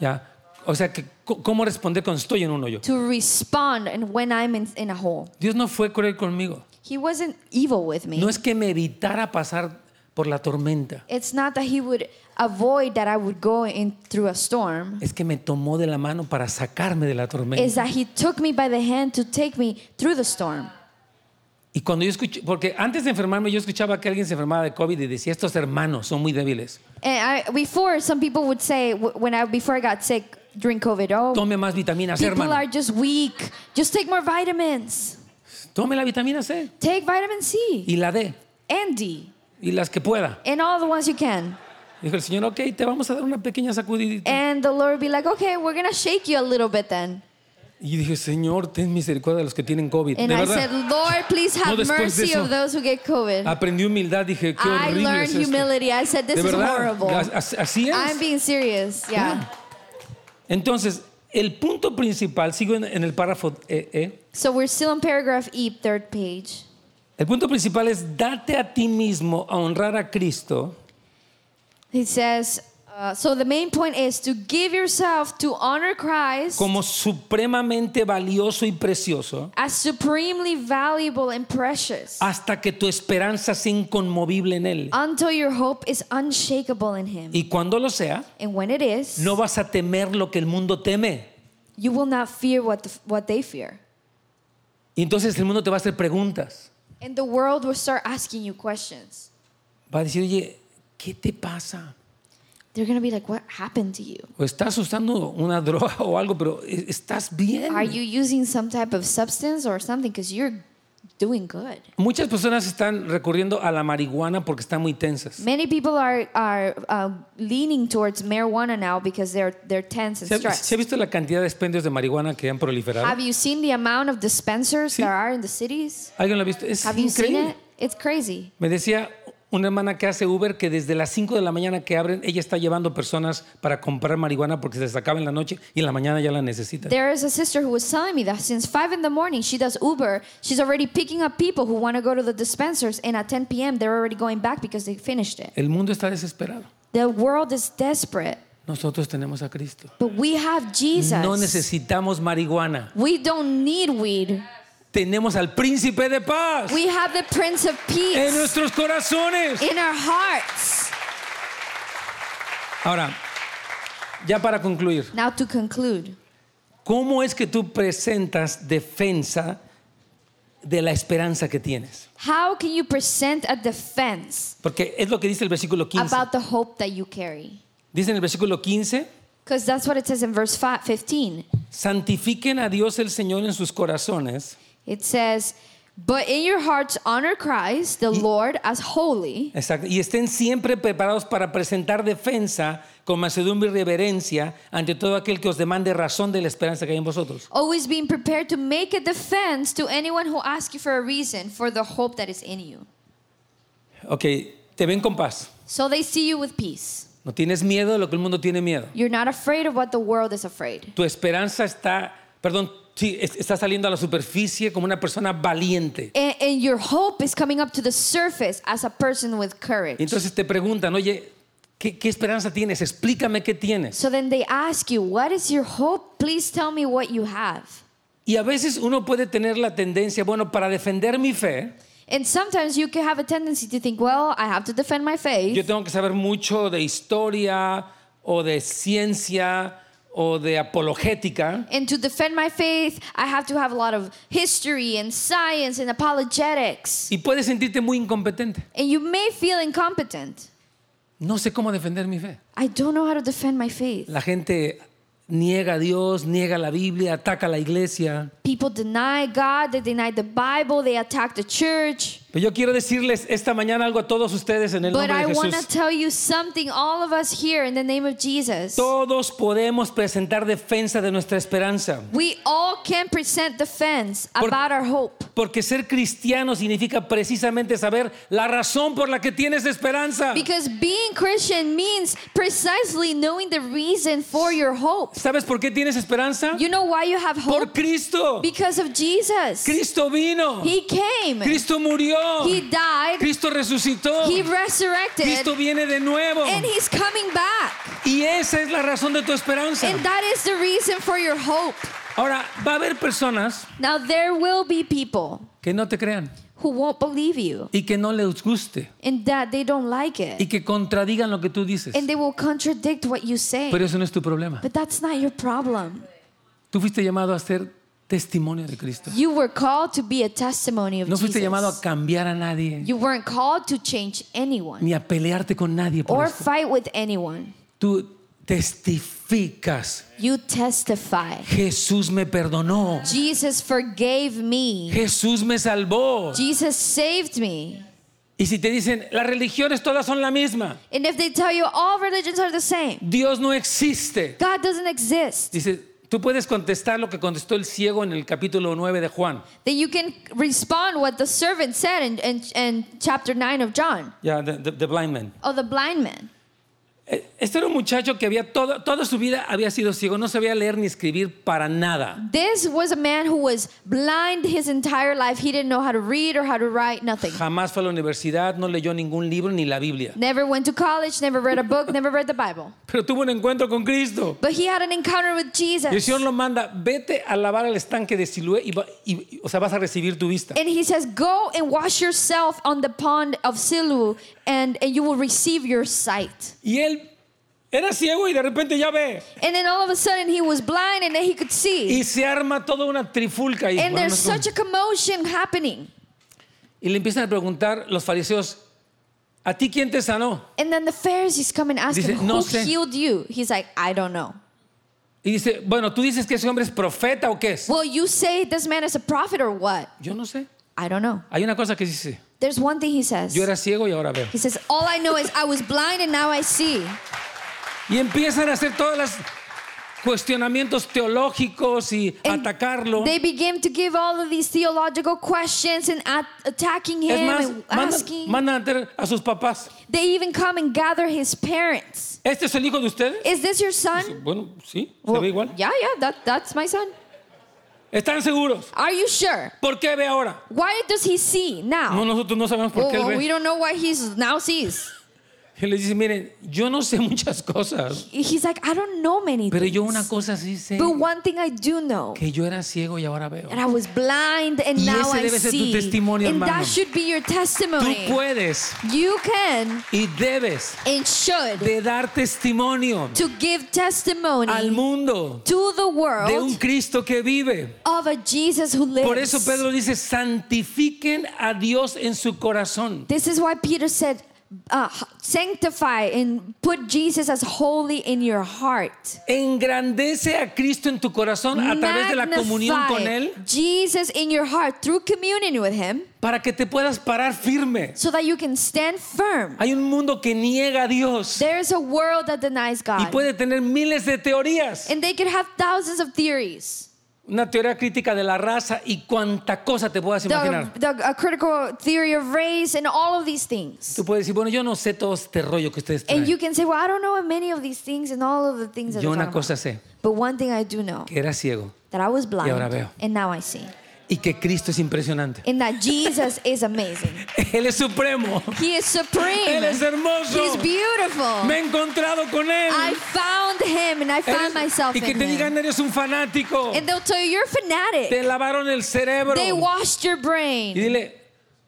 Speaker 2: ¿ya? O sea, que, co- ¿cómo responder cuando estoy en un hoyo?
Speaker 3: to respond and when I'm in, in a hole.
Speaker 2: Dios no fue cruel conmigo.
Speaker 3: He wasn't evil with me.
Speaker 2: No es que me evitara pasar por la tormenta.
Speaker 3: It's not that he would avoid that I would go in through a storm.
Speaker 2: Es que me tomó de la mano para sacarme de la tormenta.
Speaker 3: Is that he took me by the hand to take me through the storm.
Speaker 2: Y cuando yo escuché, porque antes de enfermarme yo escuchaba que alguien se enfermaba de COVID y decía, estos hermanos son muy débiles.
Speaker 3: And I, before, some people would say, wh- when I, before I got sick during COVID, oh,
Speaker 2: Tome más vitamina C,
Speaker 3: people are
Speaker 2: hermano.
Speaker 3: just weak. Just take more vitamins.
Speaker 2: Tome la vitamina C
Speaker 3: Take vitamin C
Speaker 2: y la D
Speaker 3: and D
Speaker 2: y las que pueda.
Speaker 3: and all the ones you can.
Speaker 2: Dijo el Señor, ok, te vamos a dar una pequeña sacudidita.
Speaker 3: And the Lord would be like, okay, we're going to shake you a little bit then.
Speaker 2: Y dije, Señor, ten misericordia de los que tienen COVID.
Speaker 3: And
Speaker 2: de
Speaker 3: I
Speaker 2: verdad,
Speaker 3: said, Lord, please
Speaker 2: No,
Speaker 3: have
Speaker 2: después de
Speaker 3: mercy
Speaker 2: eso-
Speaker 3: of those who get COVID.
Speaker 2: aprendí humildad, dije, qué
Speaker 3: I
Speaker 2: horrible
Speaker 3: learned
Speaker 2: es esto".
Speaker 3: humility. I said, this
Speaker 2: de
Speaker 3: is
Speaker 2: verdad,
Speaker 3: horrible.
Speaker 2: as- as- así es.
Speaker 3: I'm being serious. Yeah.
Speaker 2: Entonces, el punto principal, sigo en, en el párrafo E, E.
Speaker 3: So we're still on paragraph E, third page.
Speaker 2: El punto principal es date a ti mismo a honrar a Cristo
Speaker 3: He says, uh, so the main point is to give yourself to honor Christ
Speaker 2: como supremamente valioso y precioso
Speaker 3: as supremely valuable and precious
Speaker 2: hasta que tu esperanza sea inconmovible en Él.
Speaker 3: until your hope is unshakable in Him.
Speaker 2: Y cuando lo sea,
Speaker 3: And when it is,
Speaker 2: no vas a temer lo que el mundo teme.
Speaker 3: you will not fear what, the, what they fear.
Speaker 2: Y entonces el mundo te va a hacer preguntas.
Speaker 3: And the world will start asking you questions.
Speaker 2: Va a decir, oye, ¿qué te pasa?
Speaker 3: They're going to be like, what happened to you?
Speaker 2: O estás usando una droga o algo, pero e- estás bien.
Speaker 3: Are you using some type of substance or something? Because you're doing good.
Speaker 2: Muchas personas están recurriendo a la marihuana porque están muy tensas.
Speaker 3: Many people are are uh, leaning towards marijuana now because they're they're tense and
Speaker 2: ¿Se ha,
Speaker 3: stressed.
Speaker 2: se ha visto la cantidad de expendios de marihuana que han proliferado?
Speaker 3: Have you seen the amount of dispensers
Speaker 2: Sí.
Speaker 3: there are in the cities?
Speaker 2: ¿Alguien lo ha visto? Es
Speaker 3: Have you seen
Speaker 2: increíble.
Speaker 3: it? It's crazy.
Speaker 2: Me decía una hermana que hace Uber que desde las 5 de la mañana que abren, ella está llevando personas para comprar marihuana porque se les acaba en la noche y en la mañana ya la necesitan.
Speaker 3: There is a sister who was telling me that since five in the morning she does Uber, she's already picking up people who want to go to the dispensers, and at 10 p.m. they're already going back because they finished it.
Speaker 2: El mundo está desesperado.
Speaker 3: The world is desperate,
Speaker 2: Nosotros tenemos a Cristo.
Speaker 3: but we have Jesus.
Speaker 2: No necesitamos marihuana.
Speaker 3: we don't need weed.
Speaker 2: Tenemos al príncipe de paz
Speaker 3: We have the Prince of Peace
Speaker 2: en nuestros corazones.
Speaker 3: in our hearts.
Speaker 2: Ahora, ya para concluir,
Speaker 3: Now to conclude,
Speaker 2: ¿cómo es que tú presentas defensa de la esperanza que tienes?
Speaker 3: how can you present a defense
Speaker 2: Porque es lo que dice el versículo 15.
Speaker 3: about the hope that you carry?
Speaker 2: Dice en el versículo 15,
Speaker 3: Because that's what it says in verse fi- 15.
Speaker 2: santifiquen a Dios el Señor en sus corazones.
Speaker 3: It says, But in your hearts honor Christ, the Lord, as holy,
Speaker 2: Exacto. Y estén siempre preparados para presentar defensa con mansedumbre y reverencia ante todo aquel que os demande razón de la esperanza que hay en vosotros.
Speaker 3: always being prepared to make a defense to anyone who asks you for a reason for the hope that is in you.
Speaker 2: Ok, te ven con paz.
Speaker 3: So they see you with peace.
Speaker 2: No tienes miedo de lo que el mundo tiene miedo.
Speaker 3: You're not afraid of what the world is afraid.
Speaker 2: Tu esperanza está, perdón, sí, es- está saliendo a la superficie como una persona valiente.
Speaker 3: And, and your hope is coming up to the surface as a person with courage.
Speaker 2: Entonces te preguntan, oye, ¿qué, qué esperanza tienes? Explícame qué tienes.
Speaker 3: So then they ask you, What is your hope? Please tell me what you have.
Speaker 2: Y a veces uno puede tener la tendencia, bueno, para defender mi fe,
Speaker 3: And sometimes you can have a tendency to think, well, I have to defend my faith.
Speaker 2: yo tengo que saber mucho de historia o de ciencia o de apologética.
Speaker 3: and to defend my faith, I have to have a lot of history and science and apologetics.
Speaker 2: Y puedes sentirte muy incompetente.
Speaker 3: And you may feel incompetent.
Speaker 2: No sé cómo defender mi fe.
Speaker 3: I don't know how to defend my faith.
Speaker 2: La gente niega a Dios, niega la Biblia, ataca a la iglesia.
Speaker 3: People deny God, they deny the Bible, they attack the church.
Speaker 2: Pero yo quiero decirles esta mañana algo a todos ustedes en el
Speaker 3: But
Speaker 2: nombre
Speaker 3: I
Speaker 2: de
Speaker 3: want to
Speaker 2: Jesús.
Speaker 3: tell you something, all of us here, in the name of Jesus.
Speaker 2: Todos podemos presentar defensa de nuestra esperanza.
Speaker 3: We all can present defense
Speaker 2: Por-
Speaker 3: about our hope.
Speaker 2: Porque ser cristiano significa precisamente saber la razón por la que tienes esperanza.
Speaker 3: Because being Christian means precisely knowing the reason for your hope.
Speaker 2: ¿Sabes por qué tienes esperanza?
Speaker 3: You know why you have
Speaker 2: Por
Speaker 3: hope?
Speaker 2: Cristo.
Speaker 3: Because of Jesus.
Speaker 2: Cristo vino.
Speaker 3: He came.
Speaker 2: Cristo murió.
Speaker 3: He died.
Speaker 2: Cristo resucitó.
Speaker 3: He resurrected.
Speaker 2: Cristo viene de nuevo.
Speaker 3: And he's coming back.
Speaker 2: Y esa es la razón de tu esperanza.
Speaker 3: And that is the reason for your hope.
Speaker 2: Ahora, va a haber personas
Speaker 3: Now, there will be people
Speaker 2: que no te crean
Speaker 3: who won't believe you
Speaker 2: y que no les guste
Speaker 3: and that they don't like
Speaker 2: y
Speaker 3: it.
Speaker 2: que contradigan lo que tú dices.
Speaker 3: And they will contradict what you say.
Speaker 2: Pero eso no es tu problema.
Speaker 3: But that's not your problem.
Speaker 2: Tú fuiste llamado a ser testimonio de Cristo.
Speaker 3: You were called to be a testimony of
Speaker 2: No fuiste llamado a
Speaker 3: Jesus.
Speaker 2: cambiar a nadie
Speaker 3: You weren't called to change anyone
Speaker 2: ni a pelearte con nadie por
Speaker 3: or
Speaker 2: esto.
Speaker 3: fight with anyone.
Speaker 2: Tú testificas.
Speaker 3: You testify.
Speaker 2: Jesús me perdonó.
Speaker 3: Jesus forgave me.
Speaker 2: Jesús me salvó.
Speaker 3: Jesus saved me.
Speaker 2: Y si te dicen, las religiones todas son la misma,
Speaker 3: And if they tell you all religions are the same,
Speaker 2: Dios no existe.
Speaker 3: God doesn't exist,
Speaker 2: Dice, tú puedes contestar lo que contestó el ciego en el capítulo 9 de Juan.
Speaker 3: then you can respond what the servant said in, in, in chapter 9 of John.
Speaker 2: Ya, the, the- the blind man.
Speaker 3: Oh, the blind man.
Speaker 2: Eh, Este era un muchacho que había toda, toda su vida había sido ciego, no sabía leer ni escribir para nada.
Speaker 3: This was a man who was blind his entire life. He didn't know how to read or how to write, nothing.
Speaker 2: Jamás fue a la universidad, no leyó ningún libro ni la Biblia.
Speaker 3: Never went to college, never read a book, never read the Bible.
Speaker 2: Pero tuvo un encuentro con Cristo.
Speaker 3: But he had an encounter with
Speaker 2: Y el
Speaker 3: Jesus.
Speaker 2: Señor lo manda, vete a lavar al estanque de Siloé y, va- y- y- o sea, vas a recibir tu vista.
Speaker 3: And he says, Go and wash yourself on the pond of Siloam, and, and you will receive your sight.
Speaker 2: Y él era ciego y de repente ya ve.
Speaker 3: And then all of a sudden he was blind and then he could see.
Speaker 2: Y se arma toda una trifulca. ahí.
Speaker 3: And
Speaker 2: Bueno,
Speaker 3: there's
Speaker 2: no sé
Speaker 3: such a commotion happening.
Speaker 2: cómo. Y le empiezan a preguntar los fariseos, ¿a ti quién te sanó?
Speaker 3: And then the Pharisees come and ask
Speaker 2: Dice,
Speaker 3: him, Who
Speaker 2: "No sé."
Speaker 3: healed you? He's like, I don't know.
Speaker 2: Y dice, bueno, ¿tú dices que ese hombre es profeta o qué es?
Speaker 3: Well, you say this man is a prophet or what?
Speaker 2: Yo no sé.
Speaker 3: I don't know.
Speaker 2: Hay una cosa que dice,
Speaker 3: There's one thing he says.
Speaker 2: yo era ciego y ahora veo.
Speaker 3: He says, All I know is I was blind and now I see.
Speaker 2: Y empiezan a hacer todos los cuestionamientos teológicos y
Speaker 3: And
Speaker 2: atacarlo.
Speaker 3: They begin to give all of these theological questions and at- attacking him
Speaker 2: Es más,
Speaker 3: and
Speaker 2: mandan,
Speaker 3: asking.
Speaker 2: mandan a tener a sus papás.
Speaker 3: They even come and gather his parents.
Speaker 2: ¿Este es el hijo de ustedes?
Speaker 3: Is this your son?
Speaker 2: Bueno, sí, se
Speaker 3: Well,
Speaker 2: ve igual.
Speaker 3: Yeah, yeah, that, that's my son.
Speaker 2: ¿Están seguros?
Speaker 3: Are you sure?
Speaker 2: ¿Por qué ve ahora?
Speaker 3: Why does he see
Speaker 2: No,
Speaker 3: now?
Speaker 2: nosotros no sabemos por qué él
Speaker 3: Well, Oh, we
Speaker 2: ve.
Speaker 3: don't know why he's now sees.
Speaker 2: Y les dice, miren, yo no sé muchas cosas,
Speaker 3: He's like, I don't know many
Speaker 2: pero yo una
Speaker 3: things.
Speaker 2: cosa sí sé,
Speaker 3: But one thing I do know.
Speaker 2: que yo era ciego y ahora veo.
Speaker 3: And I was blind and
Speaker 2: Y
Speaker 3: now
Speaker 2: ese
Speaker 3: I
Speaker 2: debe ser tu
Speaker 3: see.
Speaker 2: testimonio,
Speaker 3: and
Speaker 2: hermano.
Speaker 3: that should be your
Speaker 2: Tú
Speaker 3: testimony.
Speaker 2: puedes
Speaker 3: You can
Speaker 2: y debes
Speaker 3: and should
Speaker 2: de dar testimonio
Speaker 3: to give testimony
Speaker 2: al mundo
Speaker 3: to the world
Speaker 2: de un Cristo que vive.
Speaker 3: of a Jesus who lives.
Speaker 2: Por eso Pedro dice, santifiquen a Dios en su corazón.
Speaker 3: This is why Peter said, uh, sanctify and put Jesus as holy in your heart.
Speaker 2: Engrandece a Cristo en tu corazón a través de la comunión con
Speaker 3: Magnify
Speaker 2: Él
Speaker 3: Jesus in your heart through communion with Him
Speaker 2: para que te puedas parar firme.
Speaker 3: so that you can stand firm.
Speaker 2: Hay un mundo que niega a Dios
Speaker 3: There is a world that denies
Speaker 2: y
Speaker 3: God.
Speaker 2: puede tener miles de teorías.
Speaker 3: And they could have thousands of theories.
Speaker 2: Una teoría crítica de la raza y cuánta cosa te puedas
Speaker 3: The,
Speaker 2: imaginar.
Speaker 3: the a critical theory of race and all of these things.
Speaker 2: Tú puedes decir, bueno, yo no sé todo este rollo que ustedes traen.
Speaker 3: And you can say, well, I don't know many of these things and all of the things that
Speaker 2: Yo
Speaker 3: they're
Speaker 2: una
Speaker 3: talking about.
Speaker 2: cosa sé,
Speaker 3: But one thing I do know
Speaker 2: que era ciego
Speaker 3: that I was blind
Speaker 2: ahora veo.
Speaker 3: and now I see.
Speaker 2: y que Cristo es impresionante.
Speaker 3: and that Jesus is amazing.
Speaker 2: Él es supremo.
Speaker 3: He is supreme.
Speaker 2: Él es hermoso.
Speaker 3: He's beautiful.
Speaker 2: Me he encontrado con Él.
Speaker 3: I found him and I
Speaker 2: Eres-
Speaker 3: found myself
Speaker 2: y que
Speaker 3: in
Speaker 2: te
Speaker 3: him.
Speaker 2: digan, eres un fanático.
Speaker 3: And they'll tell you, you're a fanatic.
Speaker 2: Te lavaron el cerebro.
Speaker 3: They washed your
Speaker 2: Y
Speaker 3: brain.
Speaker 2: dile,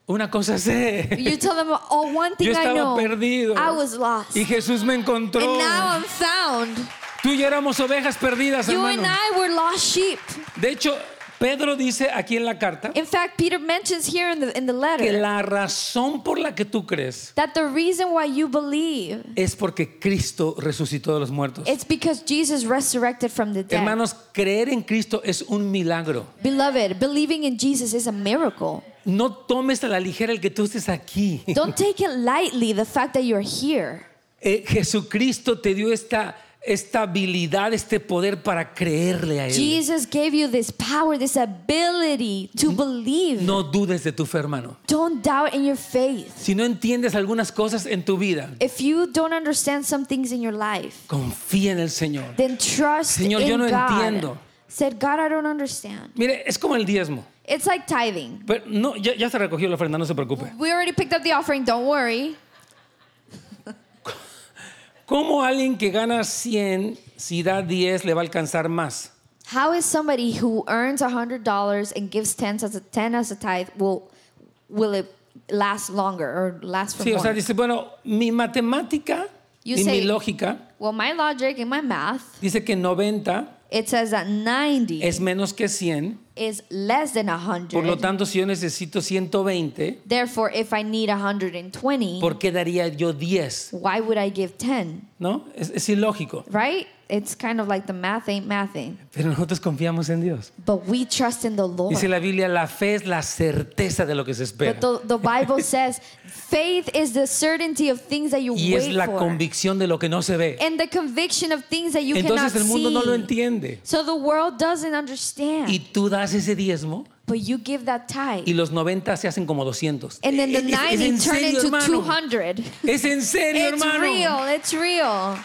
Speaker 2: una cosa sé.
Speaker 3: You tell them, oh, one
Speaker 2: Yo
Speaker 3: thing I
Speaker 2: estaba
Speaker 3: know.
Speaker 2: perdido.
Speaker 3: I was lost.
Speaker 2: Y Jesús me encontró.
Speaker 3: And now I'm found.
Speaker 2: Tú y yo éramos ovejas perdidas,
Speaker 3: You
Speaker 2: hermano.
Speaker 3: and I were lost sheep.
Speaker 2: De hecho, Pedro dice aquí en la carta
Speaker 3: In fact, Peter mentions here in the, in the
Speaker 2: que
Speaker 3: letter
Speaker 2: la razón por la que tú crees
Speaker 3: that the reason why you believe
Speaker 2: es porque Cristo resucitó de los muertos.
Speaker 3: it's because Jesus resurrected from the dead.
Speaker 2: Hermanos, creer en Cristo es un milagro.
Speaker 3: Beloved, believing in Jesus is a miracle.
Speaker 2: No tomes a la ligera el que tú estés aquí.
Speaker 3: Don't take it lightly, the fact that you're here.
Speaker 2: Eh, Jesucristo te dio esta, esta habilidad, este poder para creerle a Él.
Speaker 3: Jesus gave you this power, this ability to believe.
Speaker 2: No dudes de tu fe, hermano.
Speaker 3: Don't doubt in your faith.
Speaker 2: Si no entiendes algunas cosas en tu vida,
Speaker 3: If you don't understand some things in your life,
Speaker 2: confía en el Señor.
Speaker 3: then trust
Speaker 2: Señor,
Speaker 3: in
Speaker 2: yo no
Speaker 3: God.
Speaker 2: entiendo.
Speaker 3: Said, God, I don't understand.
Speaker 2: Mire, es como el diezmo.
Speaker 3: It's like tithing.
Speaker 2: Pero no, ya, ya se recogió la ofrenda, no se preocupe.
Speaker 3: We already picked up the offering, don't worry.
Speaker 2: ¿Cómo alguien que gana 100, si da 10, le va a alcanzar más?
Speaker 3: How is somebody who earns $100 and gives 10 as a, 10 as a tithe, will, will it last longer or last for
Speaker 2: Sí, o
Speaker 3: more?
Speaker 2: sea, dice, bueno, mi matemática
Speaker 3: You
Speaker 2: y mi
Speaker 3: say-
Speaker 2: lógica
Speaker 3: well, my logic and my math,
Speaker 2: dice que 90
Speaker 3: it says that 90
Speaker 2: es menos que 100.
Speaker 3: is less than
Speaker 2: Por
Speaker 3: 100.
Speaker 2: lo tanto, si yo necesito 120,
Speaker 3: Therefore, if I need 120,
Speaker 2: ¿por qué daría yo 10?
Speaker 3: why would I give 10?
Speaker 2: ¿No? Es, es ilógico.
Speaker 3: Right? It's kind of like the math ain't mathing.
Speaker 2: Pero nosotros confiamos en Dios.
Speaker 3: But we trust in the Lord.
Speaker 2: Dice la Biblia, la fe es la certeza de lo que se espera.
Speaker 3: But the, the Bible says faith is the certainty of things that you
Speaker 2: Y es
Speaker 3: wait
Speaker 2: la
Speaker 3: for.
Speaker 2: convicción de lo que no se ve.
Speaker 3: and the conviction of things that you cannot
Speaker 2: Entonces el mundo
Speaker 3: see.
Speaker 2: no lo entiende.
Speaker 3: So the world doesn't understand.
Speaker 2: Y tú das ese diezmo
Speaker 3: but you give that tithe.
Speaker 2: y los 90 se hacen como 200.
Speaker 3: and then the
Speaker 2: Es- es- es
Speaker 3: 90
Speaker 2: en
Speaker 3: turn
Speaker 2: serio,
Speaker 3: into
Speaker 2: hermano.
Speaker 3: 200.
Speaker 2: Es en serio,
Speaker 3: It's
Speaker 2: hermano.
Speaker 3: real. It's real.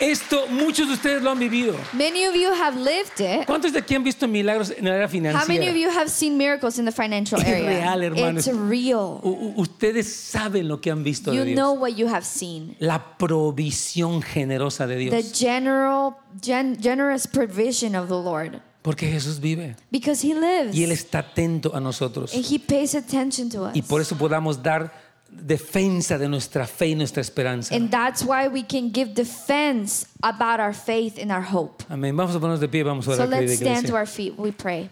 Speaker 2: Esto muchos de ustedes lo han vivido.
Speaker 3: Many of you have lived it.
Speaker 2: ¿Cuántos de aquí han visto milagros en el área
Speaker 3: How many
Speaker 2: financiera?
Speaker 3: of you have seen miracles in the financial
Speaker 2: Es
Speaker 3: area?
Speaker 2: real, hermano.
Speaker 3: It's real.
Speaker 2: U- u- ustedes saben lo que han visto de
Speaker 3: You
Speaker 2: Dios.
Speaker 3: know what you have seen.
Speaker 2: La provisión generosa de
Speaker 3: The
Speaker 2: Dios.
Speaker 3: general, gen, generous provision of the Lord.
Speaker 2: Porque Jesús vive
Speaker 3: Because He lives.
Speaker 2: y Él está atento a nosotros.
Speaker 3: And He pays attention to us.
Speaker 2: Y por eso podamos dar defensa de nuestra fe y nuestra esperanza.
Speaker 3: And that's why we can give defense about our faith and our hope.
Speaker 2: Amén. Vamos a ponernos de pie, vamos a
Speaker 3: So
Speaker 2: orar. querida
Speaker 3: let's stand
Speaker 2: iglesia.
Speaker 3: to our feet. We pray.